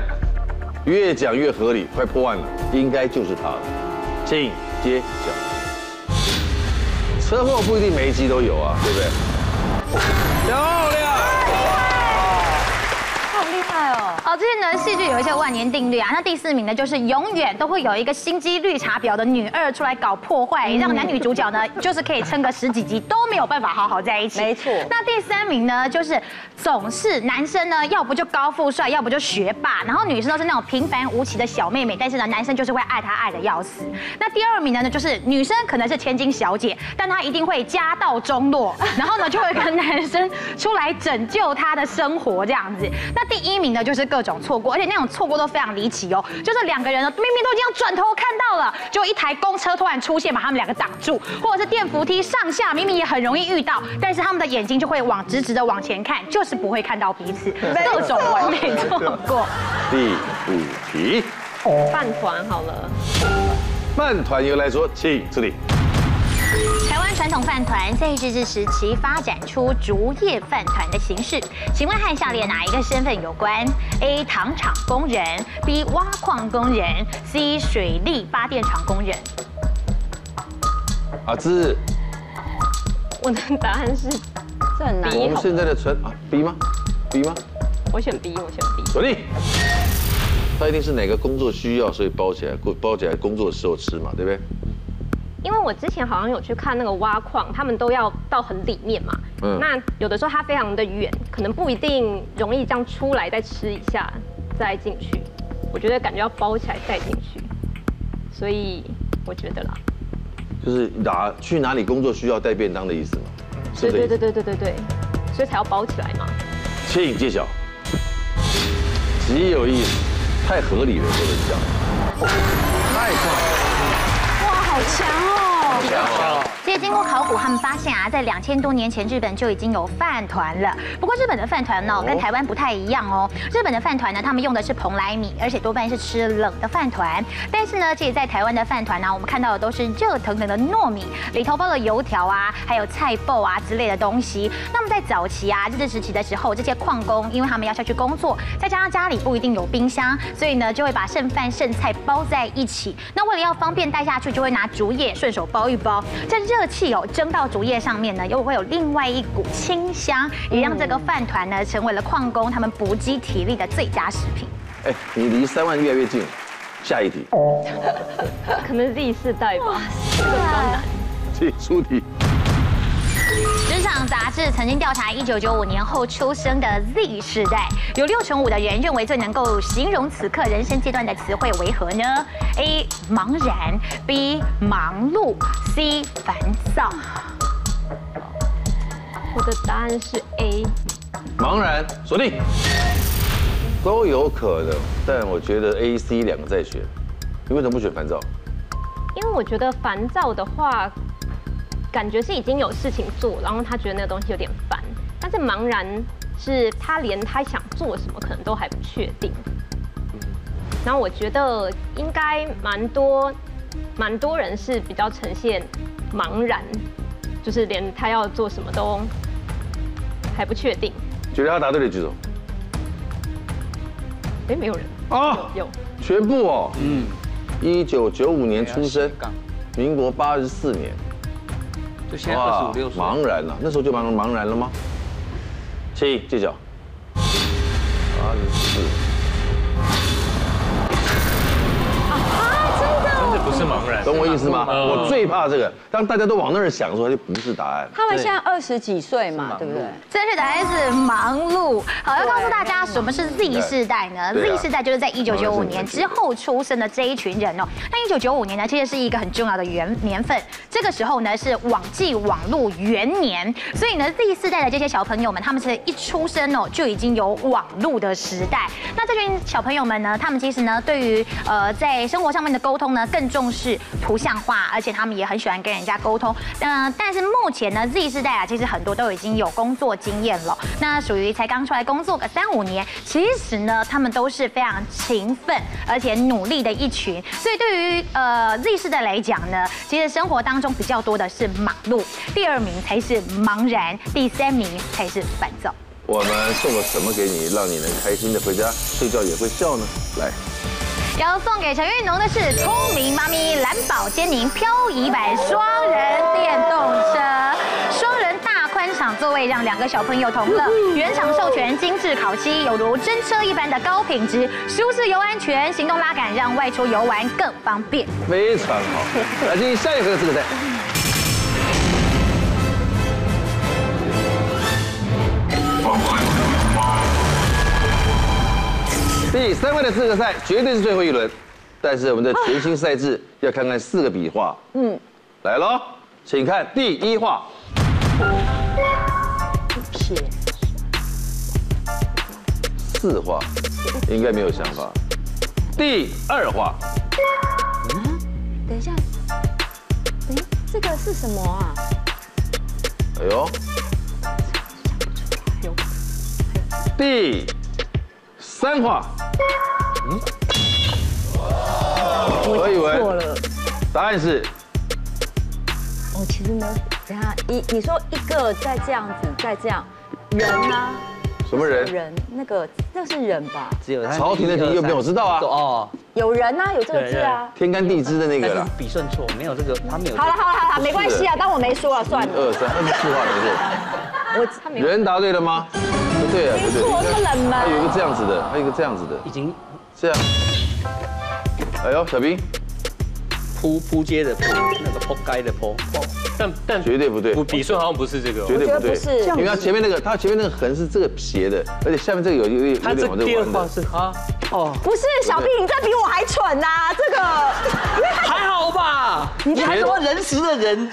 Speaker 1: 越讲越合理，快破案了，应该就是他了，请揭晓。车祸不一定每一集都有啊，对不对？漂亮！
Speaker 8: 好厉害哦！
Speaker 5: 哦，这些呢，戏剧有一些万年定律啊。那第四名呢，就是永远都会有一个心机绿茶婊的女二出来搞破坏，
Speaker 8: 嗯
Speaker 5: 让男女主角
Speaker 8: [laughs]
Speaker 5: 呢，就是可以撑个十几集都没有办法好好在一起。
Speaker 8: 没错
Speaker 5: 那第三名呢，就是总是男生呢，要不就高富帅，要不就学霸，然后女生都是那种平凡无奇的小妹妹，但是呢，男生就是会爱她爱的要死。那第二名呢，就是女生可能是千金小姐，但她一定会家道中
Speaker 8: [laughs]
Speaker 5: 落，然后呢，就会跟男生出来拯救她的生活这样子。那第一名呢，就是各种错过，而且那种错过都非常离奇哦，就是两个人呢，明明都已经转头看到了，就一台公车突然出现，把他们两个挡住，或者是电扶梯上下明明也很容易遇到，但是他们的眼睛就会往直直的往前看，就是不会看到彼此，各种完美错过。
Speaker 1: 第五题，
Speaker 3: 饭团好了，
Speaker 1: 慢团由来说，请出题。
Speaker 5: 台湾传统饭团在日治时期发展出竹叶饭团的形式，请问和下列哪一个身份有关？A. 糖厂工人，B. 挖矿工人，C. 水利发电厂工人。
Speaker 1: 阿志，
Speaker 3: 我的答案是
Speaker 8: 这
Speaker 3: 啊
Speaker 8: 很难。
Speaker 1: 我们现在的存啊 B 吗？B 吗？
Speaker 3: 我选 B，我选 B。
Speaker 1: 锁定。他一定是哪个工作需要，所以包起来，过包起来工作的时候吃嘛，对不对？
Speaker 3: 因为我之前好像有去看那个挖矿，他们都要到很里面嘛。
Speaker 1: 嗯
Speaker 3: 那有的时候它非常的远，可能不一定容易这样出来再吃一下再进去。我觉得感觉要包起来再进去，所以我觉得啦，
Speaker 1: 就是哪去哪里工作需要带便当的意思嘛，是
Speaker 3: 对
Speaker 1: 不是？
Speaker 3: 对对对对对对，所以才要包起来嘛。
Speaker 1: 请揭晓。极有意思，太合理了，这个讲。
Speaker 5: 其实经过考古，他们发现啊，在两千多年前日本就已经有饭团了。不过日本的饭团呢，跟台湾不太一样哦。日本的饭团呢，他们用的是蓬莱米，而且多半是吃冷的饭团。哦但是呢，其实在台湾的饭团呢，我们看到的都是热腾腾的糯米，里头包了油条啊，还有菜爆啊之类的东西。那么在早期啊，日治时期的时候，这些矿工因为他们要下去工作，再加上家里不一定有冰箱，所以呢就会把剩饭剩菜包在一起。那为了要方便带下去，就会拿竹叶顺手包一包。这热气哦蒸到竹叶上面呢，又会有另外一股清香，也让这个饭团呢成为了矿工他们补给体力的最佳食品。
Speaker 1: 哎，你离三万越来越近了。下一题，
Speaker 3: 可能是 Z 世代吧。
Speaker 1: 请出题。
Speaker 5: 职场杂志曾经调查1995年后出生的 Z 世代，有六成五的人认为最能够形容此刻人生阶段的词汇为何呢？A. 茫然，B. 忙碌，C. 烦躁。
Speaker 3: 我的答案是 A，
Speaker 1: 茫然锁定，都有可能，但我觉得 A、C 两个在选，你为什么不选烦躁？
Speaker 3: 因为我觉得烦躁的话，感觉是已经有事情做，然后他觉得那个东西有点烦，但是茫然是他连他想做什么可能都还不确定。然后我觉得应该蛮多，蛮多人是比较呈现茫然，就是连他要做什么都还不确定。
Speaker 1: 觉得他答对的举手。
Speaker 3: 哎，没有人
Speaker 1: 哦，
Speaker 3: 有，
Speaker 1: 全部哦。
Speaker 7: 啊嗯，
Speaker 1: 一九九五年出生
Speaker 7: 对啊斜杠，
Speaker 1: 民国八十四年。
Speaker 7: 就现在二十五六岁，
Speaker 1: 茫然啊了、那时候就茫茫然了吗？请揭晓。八十四，
Speaker 9: 真的不是茫然，
Speaker 1: 懂我意思吗？
Speaker 9: 嗯
Speaker 1: 我最怕这个，当大家都往那儿想的时候，它就不是答案。
Speaker 8: 他们现在二十几岁嘛，对不对？
Speaker 5: 正确答案是忙碌。好，要告诉大家什么是 Z 世代呢
Speaker 1: 对啊
Speaker 5: ？Z 世代就是在一九九五年之后出生的这一群人哦。那一九九五年呢，其实是一个很重要的元年份，这个时候呢是网际网络元年，所以呢 Z 世代的这些小朋友们，他们是一出生哦就已经有网络的时代。那这群小朋友们呢，他们其实呢对于呃在生活上面的沟通呢更重视图像化，而且他们也很喜欢跟人家沟通。嗯、但是目前呢 Z 世代啊，其实很多都已经有工作经验了，那属于才刚出来工作个三五年，其实呢他们都是非常勤奋而且努力的一群。所以对于呃 Z 世代来讲呢，其实生活当中比较多的是忙碌，第二名才是茫然，第三名才是烦躁。
Speaker 1: 我们送了什么给你，让你能开心的回家，睡觉也会笑呢？来，
Speaker 5: 要送给陈玉农的是聪明妈咪蓝宝坚宁漂移版双人电动车。场座位让两个小朋友同乐。原厂授权精致烤漆，有如真车一般的高品质，舒适又安全，行动拉杆让外出游玩更方便。
Speaker 1: 非常好。来进行下一回合资格赛。第三位的资格赛绝对是最后一轮，但是我们的全新赛制要看看四个笔画。嗯，来喽，请看第一画，
Speaker 6: 撇
Speaker 1: 四画，应该没有想法。第二画，
Speaker 6: 等一下，等一下，这个是什么啊？
Speaker 1: 哎呦，第三画，嗯，我以为
Speaker 6: 错了，
Speaker 1: 答案是
Speaker 8: 哦
Speaker 6: 我其实没有。
Speaker 8: 等一下，你你说一个再这样子，再这样，人呢？
Speaker 1: 什么人？
Speaker 8: 人那个那是人吧？
Speaker 7: 只有他
Speaker 1: 朝廷的题有哎没有我知道啊
Speaker 7: 哦，
Speaker 8: 有人啊，有这个字啊。
Speaker 1: 天干地支的那
Speaker 7: 那
Speaker 1: 个
Speaker 7: 个
Speaker 1: 啦，
Speaker 7: 笔顺错，没有这个，他没有。
Speaker 6: 好了好了好了，没关系啊，当我没说了算了。
Speaker 1: 二三二十四画没
Speaker 3: 他没
Speaker 1: 错。
Speaker 3: 有
Speaker 1: 人答对了吗？不对啊，不对，
Speaker 6: 错是冷
Speaker 1: 还有一
Speaker 6: 门，
Speaker 1: 个这样子的，还有一个这样子的，
Speaker 7: 已经
Speaker 1: 这样。哎呦，小兵
Speaker 9: 铺铺街的铺，那个铺街的铺。
Speaker 7: 但但
Speaker 1: 绝对不对，
Speaker 9: 不，笔顺好像不是这个哦。
Speaker 1: 绝对
Speaker 8: 我
Speaker 1: 不
Speaker 8: 觉得
Speaker 1: 对
Speaker 8: 不，是
Speaker 1: 因为他前面那个，他前面那个横是这个斜的，而且下面这个有有有
Speaker 9: 他
Speaker 1: 有
Speaker 9: 这
Speaker 1: 点往
Speaker 9: 第
Speaker 1: 这
Speaker 9: 二
Speaker 1: 弯
Speaker 9: 话
Speaker 1: 的。
Speaker 9: 是啊，
Speaker 8: 不是小 B，你这比我还蠢呐、这个
Speaker 7: 还好吧？你还什么仁慈
Speaker 1: [laughs]
Speaker 7: 的人？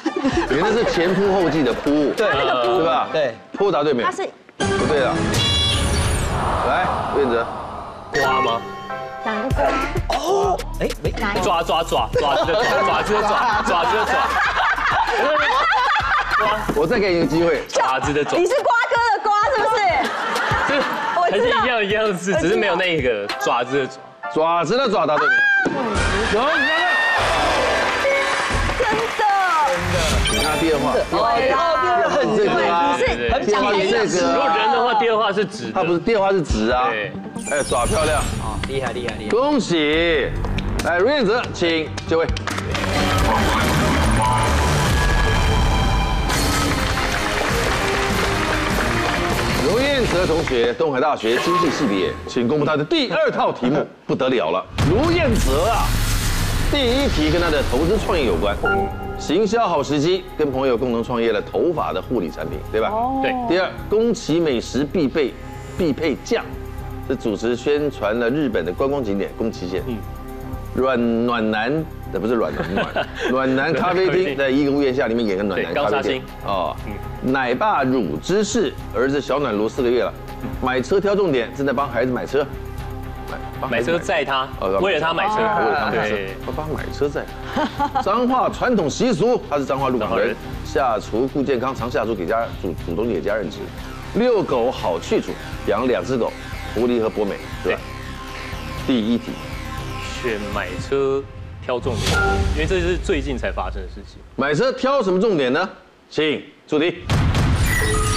Speaker 1: 你那是前仆后继的扑，
Speaker 7: 对那个扑
Speaker 1: 对吧？
Speaker 7: 对，
Speaker 1: 扑答对没有？
Speaker 8: 他是
Speaker 1: 不对了。来，魏哲，
Speaker 9: 瓜吗？
Speaker 8: 哪个瓜？
Speaker 7: 哎，没
Speaker 9: 抓抓抓爪子的爪，爪子的爪，爪子的爪，
Speaker 1: 我再给你一个机会，
Speaker 9: 爪子的爪
Speaker 8: [laughs] 你，是瓜哥的瓜是不是？
Speaker 9: 这个
Speaker 8: 我
Speaker 9: 还是
Speaker 8: 知
Speaker 9: 一
Speaker 8: 道
Speaker 9: 样一样字，只是没有那个爪子的爪。
Speaker 1: 爪子的爪答对没有？有，你看看。
Speaker 8: 真的，
Speaker 1: 你看第二画，
Speaker 8: 对啦，
Speaker 1: 很这个啊，
Speaker 8: 你
Speaker 9: 对
Speaker 8: 是
Speaker 9: 对
Speaker 1: 第二画是这
Speaker 9: 如
Speaker 1: 个
Speaker 9: 果
Speaker 1: 啊，
Speaker 9: 人的话，第二话是直
Speaker 1: 它不
Speaker 9: 的。
Speaker 1: 是第二画是直啊
Speaker 9: 对，
Speaker 1: 哎呦，爪漂亮，
Speaker 7: 啊，厉害厉害厉害！
Speaker 1: 恭喜！哎，瑞燕泽，请就位。刘彦泽同学，东海大学经济系毕业，请公布他的第二套题 [laughs] 目，不得了了。卢彦泽啊，第一题跟他的投资创业有关，行销好时机，跟朋友共同创业了头发的护理产品，对吧？
Speaker 9: 对，
Speaker 1: 第二，宫崎美食必备必配酱，是主持宣传了日本的观光景点宫崎县。嗯，软暖男，呃，不是软男，暖暖男咖
Speaker 9: [laughs]
Speaker 1: 啡厅在一个屋檐下里面演个暖男
Speaker 9: 对
Speaker 1: 咖啡
Speaker 9: 高沙
Speaker 1: 厅
Speaker 9: 星。嗯
Speaker 1: 哦，奶爸乳芝士，儿子小暖炉四个月了，买车挑重点，正在帮孩子买车。买帮
Speaker 9: 买
Speaker 1: 孩子
Speaker 9: 车载他
Speaker 1: 哦，
Speaker 9: 为了他买车，
Speaker 1: 为
Speaker 8: 哦
Speaker 1: 了他买车
Speaker 9: 对，
Speaker 1: 我帮他买车在。彰化传统习俗，他是彰化鹿港
Speaker 9: 彰化
Speaker 1: 人
Speaker 9: 人，
Speaker 1: 下厨顾健康，常下厨给家煮煮东西给家人吃。遛狗好去处，养两只狗，狐狸和博美，对吧？第一题，
Speaker 9: 选买车挑重点，因为这是最近才发生的事情。
Speaker 1: 买车挑什么重点呢？请出题。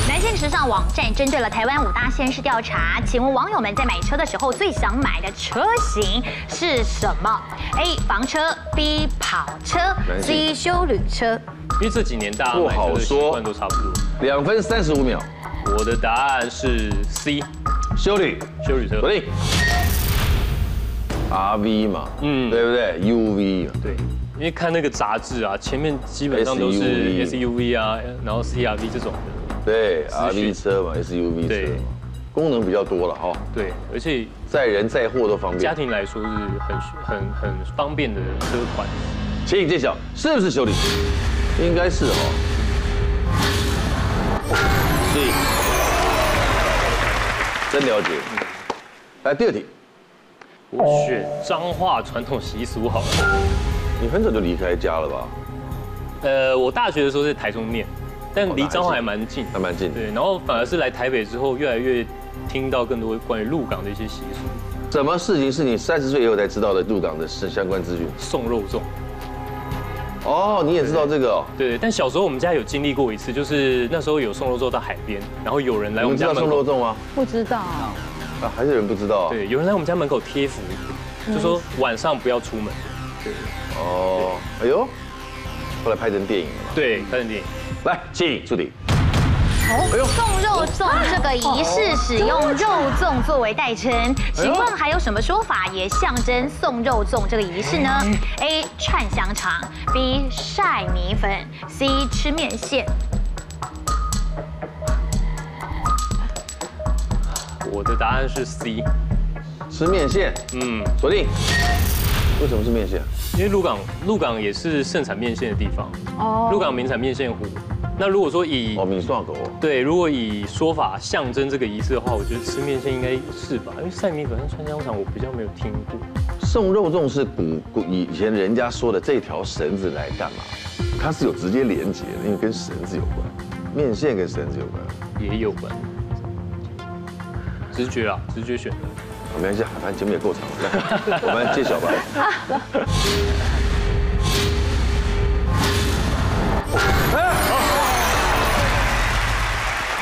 Speaker 5: 男性时尚网站针对了台湾五大县市调查，请问网友们在买车的时候最想买的车型是什么？A. 房车 B. 跑车
Speaker 1: 男性
Speaker 5: C. 修旅车。
Speaker 9: 因为这几年大家买车的习惯都差不多。
Speaker 1: 两分三十五秒，
Speaker 9: 我的答案是 C，
Speaker 1: 修理，
Speaker 9: 修理车
Speaker 1: 锁。定。R V 嘛，嗯，
Speaker 9: 嗯
Speaker 1: 对不对？U V 嘛，
Speaker 9: 对，因为看那个杂志啊，前面基本上都是 SUV 啊，然后 CRV 这种的。
Speaker 1: 对
Speaker 9: 咨
Speaker 1: R V
Speaker 9: 询
Speaker 1: 车嘛，S U V 车
Speaker 9: 对
Speaker 1: 嘛，功能比较多了哈、
Speaker 9: 对，而且
Speaker 1: 载人载货都方
Speaker 9: 家
Speaker 1: 便。
Speaker 9: 庭来说是很很很方便的车款。
Speaker 1: 请你揭晓是不是修理？应该是哦。是，真了解。来第二题，
Speaker 9: 我选彰化传统习俗好了。
Speaker 1: 你很早就离开家了吧？
Speaker 9: 呃，我大学的时候在台中念，但离彰化还蛮近。
Speaker 1: 还蛮近的。
Speaker 9: 对，然后反而是来台北之后，越来越听到更多关于鹿港的一些习俗，
Speaker 1: 什么事情是你三十岁以后才知道的入港的事相关资讯？
Speaker 9: 送肉粽。
Speaker 1: 哦，你也知道这个哦。
Speaker 9: 对，但小时候我们家有经历过一次，就是那时候有送肉粽到海边，然后有人来
Speaker 1: 你们
Speaker 9: 我们
Speaker 1: 知
Speaker 9: 家
Speaker 1: 道
Speaker 9: 门
Speaker 1: 送
Speaker 9: 口
Speaker 1: 肉粽吗？
Speaker 8: 不知道，
Speaker 1: 啊，还是有人不知道、啊？
Speaker 9: 对，有人来我们家门口贴符，就说晚上不要出门。
Speaker 1: 哦，哎呦，后来拍成电影了嘛。
Speaker 9: 对，看电影。
Speaker 1: 来，请出题。
Speaker 5: 送肉粽这个仪式使用肉粽作为代称，请问还有什么说法也象征送肉粽这个仪式呢？A. 串香肠，B. 晒米粉，C. 吃面线。
Speaker 9: 我的答案是 C，
Speaker 1: 吃面线，
Speaker 9: 嗯，
Speaker 1: 锁定。为什么是面线？
Speaker 9: 因为鹿港鹿港也是盛产面线的地方，
Speaker 6: 哦
Speaker 9: 鹿港名产面线糊。那如果说以
Speaker 1: 哦，米蒜狗。
Speaker 9: 对，如果以说法象征这个仪式的话，我觉得吃面线应该是吧，因为晒米粉跟川香肠我比较没有听过。
Speaker 1: 送肉粽是古古以前人家说的这条绳子来干嘛？它是有直接连接的，因为跟绳子有关，面线跟绳子有关。
Speaker 9: 也有吧，直觉啊，直觉选的。
Speaker 1: 好没关系，反正节目也够长了，来我们揭晓吧。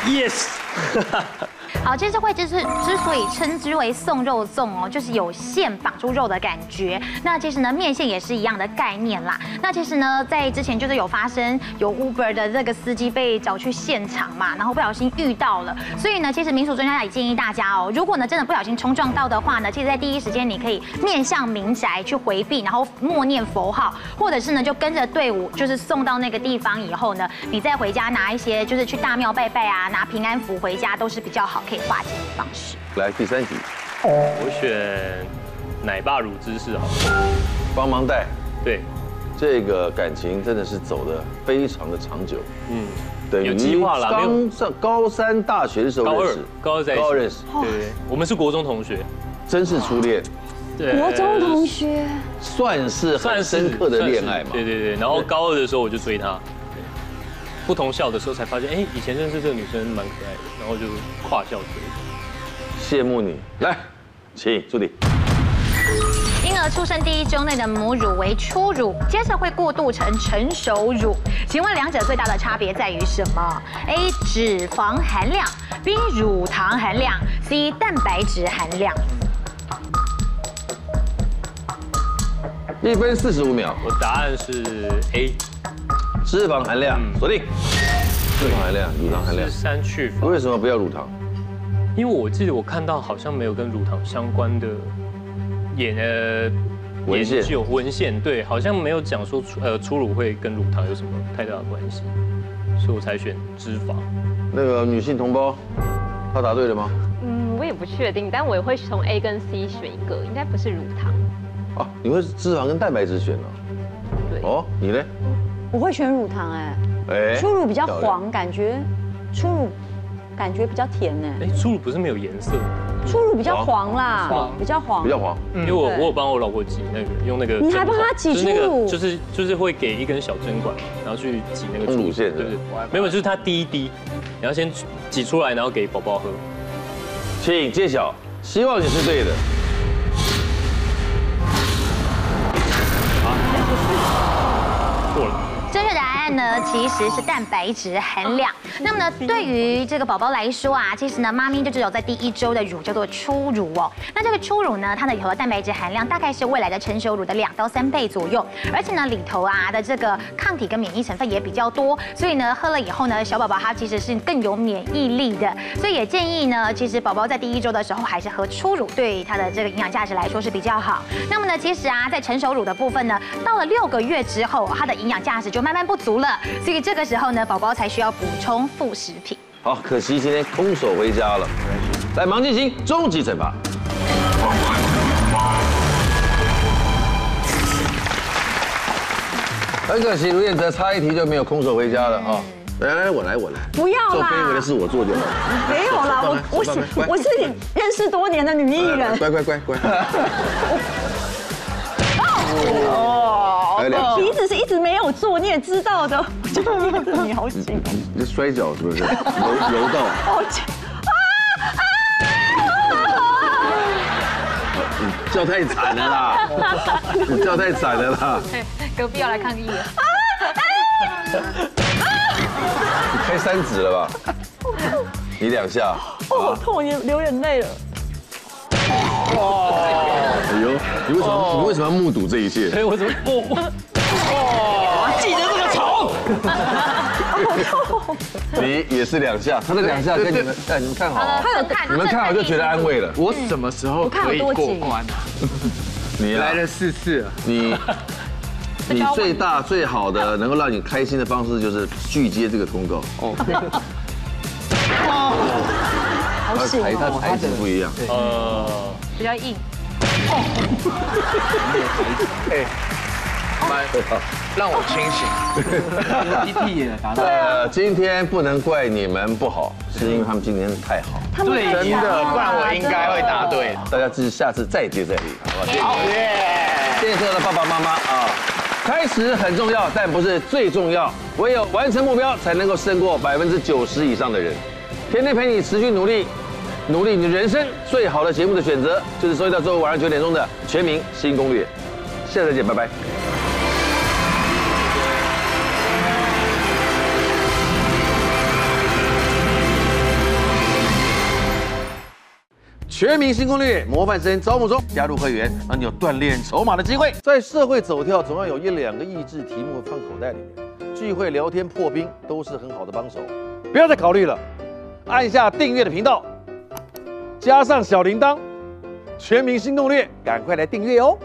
Speaker 9: Yes，
Speaker 5: 好，这次会之是之所以称之为送肉粽哦，就是有线绑住肉的感觉。那其实呢，面线也是一样的概念啦。那其实呢，在之前就是有发生有 Uber 的这个司机被找去现场嘛，然后不小心遇到了。所以呢，其实民俗专家也建议大家哦，如果呢真的不小心冲撞到的话呢，其实在第一时间你可以面向民宅去回避，然后默念佛号，或者是呢就跟着队伍，就是送到那个地方以后呢，你再回家拿一些就是去大庙拜拜啊，拿平安符回家都是比较好可以化解的方式。
Speaker 1: 来第三题，
Speaker 9: 我选奶爸乳芝士好了。
Speaker 1: 帮忙带，
Speaker 9: 对，
Speaker 1: 这个感情真的是走的非常的长久，
Speaker 9: 嗯，
Speaker 1: 等
Speaker 9: 有计划啦没有
Speaker 1: 刚上高三大学的时候
Speaker 9: 高
Speaker 1: 认
Speaker 9: 二
Speaker 1: 识，
Speaker 9: 高二在一起，
Speaker 1: 高二认识，
Speaker 9: 对对对，我们是国中同学，
Speaker 1: 真是初恋，
Speaker 9: 对，
Speaker 6: 国中同学，
Speaker 1: 算是
Speaker 9: 算
Speaker 1: 很
Speaker 9: 是
Speaker 1: 深刻的恋爱嘛。
Speaker 9: 对对对，然后高二的时候我就追她，对不同校的时候才发现，哎，以前认识这个女生蛮可爱的，然后就跨校追。
Speaker 1: 羡慕你，来，请助理。
Speaker 5: 婴儿出生第一周内的母乳为初乳，接着会过渡成成熟乳。请问两者最大的差别在于什么？A. 脂肪含量，B. 乳糖含量，C. 蛋白质含量。
Speaker 1: 一分四十五秒，
Speaker 9: 我答案是 A，
Speaker 1: 脂肪含量
Speaker 9: 嗯
Speaker 1: 锁定，脂肪含量、乳糖含量
Speaker 9: 是，三去法。
Speaker 1: 为什么不要乳糖？
Speaker 9: 因为我记得我看到好像没有跟乳糖相关的研呃
Speaker 1: 文献
Speaker 9: 研究文献，对，好像没有讲说初呃初乳会跟乳糖有什么太大的关系，所以我才选脂肪。
Speaker 1: 那个女性同胞，她答对了吗？
Speaker 3: 嗯，我也不确定，但我也会从 A 跟 C 选一个，应该不是乳糖。
Speaker 1: 啊，你会脂肪跟蛋白质选呢？
Speaker 3: 对
Speaker 1: 哦，你呢？
Speaker 8: 我会选乳糖哎、
Speaker 1: 哎
Speaker 8: 初乳比较
Speaker 1: 漂亮
Speaker 8: 黄，感觉初乳感觉比较甜哎、
Speaker 9: 哎，初乳不是没有颜色的，
Speaker 8: 初乳比较黄啦
Speaker 9: 黄，
Speaker 8: 比较黄
Speaker 1: 比，较黄。
Speaker 9: 因为我
Speaker 8: 对
Speaker 9: 我有帮我老婆挤那个用那个针管，
Speaker 8: 你还帮她挤
Speaker 9: 就是那
Speaker 8: 初
Speaker 9: 个
Speaker 8: 乳
Speaker 9: 就是就是会给一根小针管，然后去挤那个
Speaker 1: 通
Speaker 9: 初
Speaker 1: 乳线
Speaker 9: 对
Speaker 1: 是
Speaker 9: 对
Speaker 1: 不是，
Speaker 9: 没有就是它第一滴，你要先挤出来，然后给宝宝喝。
Speaker 1: 请揭晓，希望你是对的。
Speaker 9: 过了，
Speaker 5: 正确答案呢，其实是蛋白质含量。那么呢，对于这个宝宝来说啊，其实呢，妈咪就只有在第一周的乳叫做初乳哦。那这个初乳呢，它的里头的蛋白质含量大概是未来的成熟乳的两到三倍左右，而且呢，里头啊的这个抗体跟免疫成分也比较多，所以呢，喝了以后呢，小宝宝他其实是更有免疫力的。所以也建议呢，其实宝宝在第一周的时候还是喝初乳，对它的这个营养价值来说是比较好。那么呢，其实啊，在成熟乳的部分呢，到了六个月之后，它的营养价值就慢慢不足了，所以这个时候呢，宝宝才需要补充副食品。
Speaker 1: 好，可惜今天空手回家了。来，盲进行终极惩罚。很可惜，卢彦哲差一题就没有空手回家了啊！来来，我来，我来。
Speaker 8: 嗯不要
Speaker 1: 做卑微的
Speaker 8: 啦，
Speaker 1: 事我做就好。
Speaker 8: 没有啦，我我
Speaker 1: 手
Speaker 8: 是
Speaker 1: 放开
Speaker 8: 我是你认识多年的女艺人，
Speaker 1: 乖乖乖乖。哦，还有两
Speaker 8: 你
Speaker 1: 下，
Speaker 8: 只是一直没有做，你也知道的，我就捏着你好紧哦，
Speaker 1: 你这摔跤是不 [laughs] 是？柔柔道。
Speaker 8: 好紧。
Speaker 3: 啊
Speaker 1: [laughs] 你叫太惨了啦！你叫太惨了
Speaker 3: [laughs]
Speaker 1: 啦！
Speaker 3: 哎隔壁要来抗议了。
Speaker 8: 啊哎
Speaker 1: 你开三指了吧？你两下，啊
Speaker 8: 哦，好痛，你流眼泪了。
Speaker 1: 哎呦，你为什
Speaker 3: 哦
Speaker 1: 么你为什么要目睹这一切？
Speaker 9: 哎，我怎么我我
Speaker 8: 记得这个丑。
Speaker 3: 哦
Speaker 1: 你也是两下，他的两下跟你们，哎，你们看好啊，
Speaker 5: 他有看，
Speaker 1: 你们看好就觉得安慰了。
Speaker 2: 我什么时候哦可以过关啊？
Speaker 1: 你啊
Speaker 2: 来了四次了， [laughs]
Speaker 1: 你。你最大最好的能够让你开心的方式就是拒接这个通告。 [laughs] 哦，他的材他的材质不一样。
Speaker 9: [laughs] 呃，
Speaker 5: 比较硬。
Speaker 2: 让我清醒。
Speaker 7: 一
Speaker 1: [laughs]
Speaker 7: 屁也达到。
Speaker 1: 呃，今天不能怪你们不好，是因为他们今天太好。
Speaker 7: 对，
Speaker 2: 真的，不然我应该会答对。
Speaker 1: 大家自己下次再接再厉，好不好？好耶！谢谢所有的爸爸妈妈啊！开始很重要，但不是最重要。唯有完成目标，才能够胜过百分之九十以上的人。天天陪你持续努力，努力你人生最好的节目的选择，就是收听到周五晚上九点钟的《全民新攻略》。下次再见，拜拜。全民新攻略模范生招募中，加入会员让你有锻炼筹码的机会。在社会走跳，总要有一两个益智题目放口袋里面，聚会聊天破冰都是很好的帮手。不要再考虑了，按下订阅的频道，加上小铃铛，全民新攻略，赶快来订阅哦。